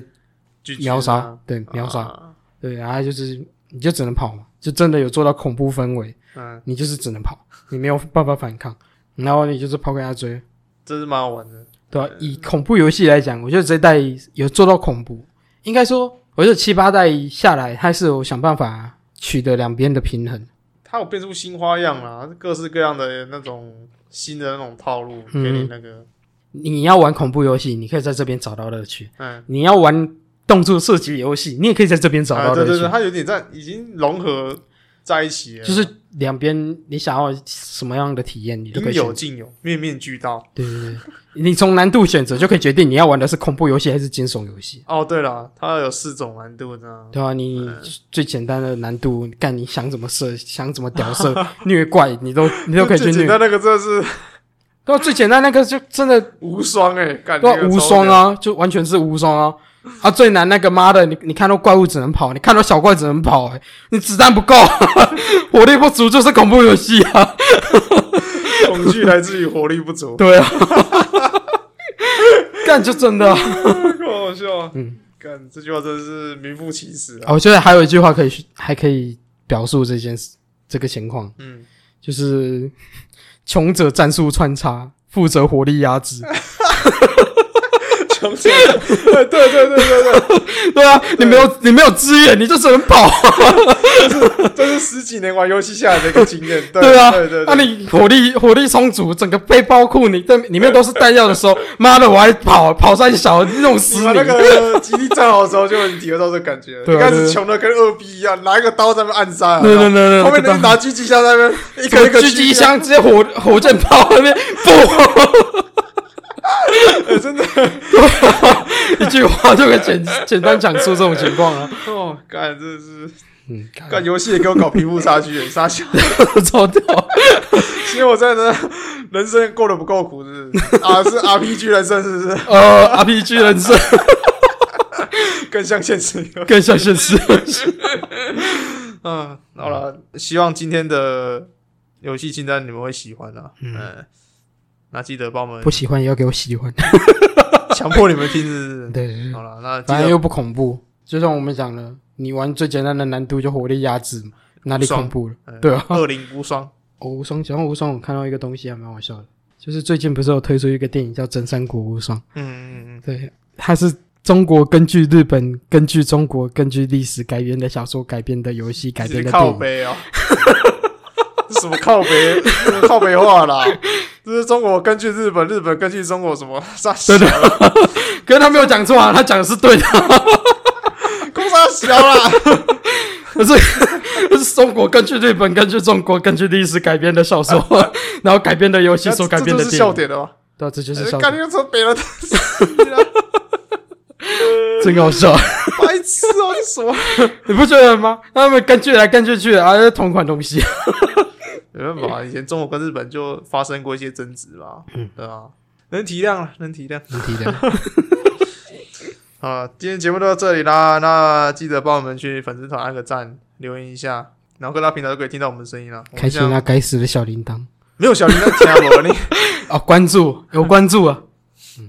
狙击秒杀啊，，对，秒杀，啊对，然后就是你就只能跑嘛，就真的有做到恐怖氛围。嗯，你就是只能跑，你没有办法反抗，然后你就是跑给他追，这是蛮好玩的。对吧、以恐怖游戏来讲，我觉得这代有做到恐怖，应该说，我觉得七八代下来，它是有想办法取得两边的平衡。他有变出新花样啦，各式各样的那种新的那种套路嗯给你那个，你要玩恐怖游戏，你可以在这边找到乐趣；嗯，你要玩动作射击游戏，你也可以在这边找啊，到乐对趣。对对，他有点在已经融合在一起了，就是两边你想要什么样的体验，你都可应以选有尽有，面面俱到。对对对，你从难度选择就可以决定你要玩的是恐怖游戏还是惊悚游戏。哦，对了，它有四种难度呢，对啊，你最简单的难度，干你想怎么射，想怎 么屌射虐怪，你都你都可以去最简虐。单那个真的是对啊，最简单那个就真的无双哎、感对啊觉无 双啊，就完全是无双啊。啊，最难那个妈的，你你看到怪物只能跑，你看到小怪只能跑、欸，你子弹不够， 火力不足就是恐怖游戏啊。恐惧来自于活力不 足，对啊，干就真的啊、好好笑啊！嗯，干这句话真的是名副其实啊。啊我觉得还有一句话可以还可以表述这件事这个情况。嗯，就是穷者战术穿插，富者火力压制。 穷尽，对对对对对对啊，你没有你没有资源，你就只能跑。对，这是十几年玩游戏下来的一个经验。 对啊，对对那、对，你火力火力充足，整个背包库你的里面都是弹药的时候，妈的，我还跑跑山小弄死你你。玩那个基地战壕的时候，就能体会到这感觉。对一啊开对始对穷的跟二逼一样，拿一个刀在那边暗杀，对对对然对，啊后后面你就拿狙击枪在那边一个一个狙击啊，枪直接火火箭炮那边，不， 哎真的一句话就可以简简单讲出这种情况啊。哦，干真的是嗯，干游戏也给我搞贫富差距， 傻笑。 超屌。 因为我真的人生过得不够苦，是不是啊，是 RPG 人生，是不是 呃，RPG 人生更像现实一点？更像现实。嗯，好了，希望今天的游戏清单你们会喜欢啊。嗯，那记得帮我们不喜欢也要给我喜欢。强迫你们听，是不对，对是？对好了，那记反正得又不恐怖。就像我们讲的，你玩最简单的难度就火力压制嘛，哪里爽恐怖了？嗯对啊，恶灵无双，哦无双讲到无双，我看到一个东西还蛮好笑的，就是最近不是有推出一个电影叫《真三国无双》，嗯嗯嗯对，它是中国根据日本、根据中国、根据历史改编的小说改编的游戏改嗯，编是的电靠影。背哦， 这什么靠背，这什么靠背话啦？这是中国根据日本，日本根据中国什么？傻小对的，可是他没有讲错啊，他讲的是对的， 公傻小啦，可是是中国根据日本、根据中国、根据历史改编的 小说，然后改编的游戏所改这编就的是电笑影。点了吧？对啊，这就是笑感点，觉从北人的啊真搞笑。 白痴哦，你什么？你不觉得吗？他们根据来根据去的，啊，同款东西。 没办 法，以前中国跟日本就发生过一些争执啦，对啊，能体谅啊，能体谅。你提的， 啊，今天节目就到这里啦。那记得帮我们去粉丝团按个赞，留言一下，然后各大平台都可以听到我们的声音啦。开启我们这那样该死的小铃铛没有小铃铛啊听我，你哦！关注有关注啊！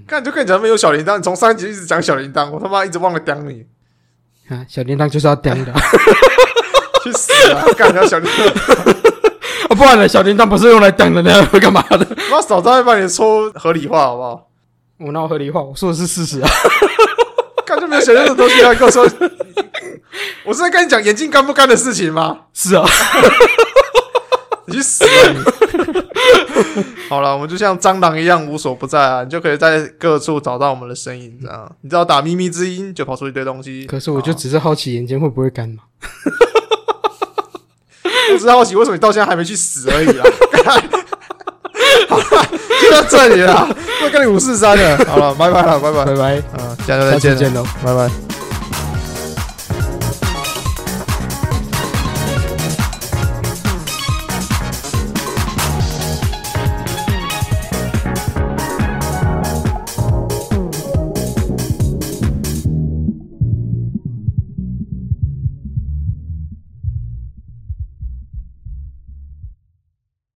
看就跟你讲没有小铃铛，你从上一集一直讲小铃铛，我他妈一直忘了叮你， 啊，小铃铛就是要叮 的啊，去死啊！干掉小铃铛，哦不然呢？小铃铛不是用来叮的，那要 干嘛的？妈少在把你的说合理化好不好？我哪有合理化？我说的是事实啊！干就没有小铃铛的东西啊！跟我说，我是在跟你讲眼睛干不干的事情吗？是啊，你去死啊你！好了，我们就像蟑螂一样无所不在啊，你就可以在各处找到我们的身影，这样你只要打咪咪之音，就跑出一堆东西。可是我就啊只是好奇眼睛会不会干嘛？我只是好奇，为什么你到现在还没去死而已啊？ 好了，就到 这里了，不跟你五四三了。好了，拜拜了，拜拜，拜拜，嗯，下周下再次见见了，喽。拜拜。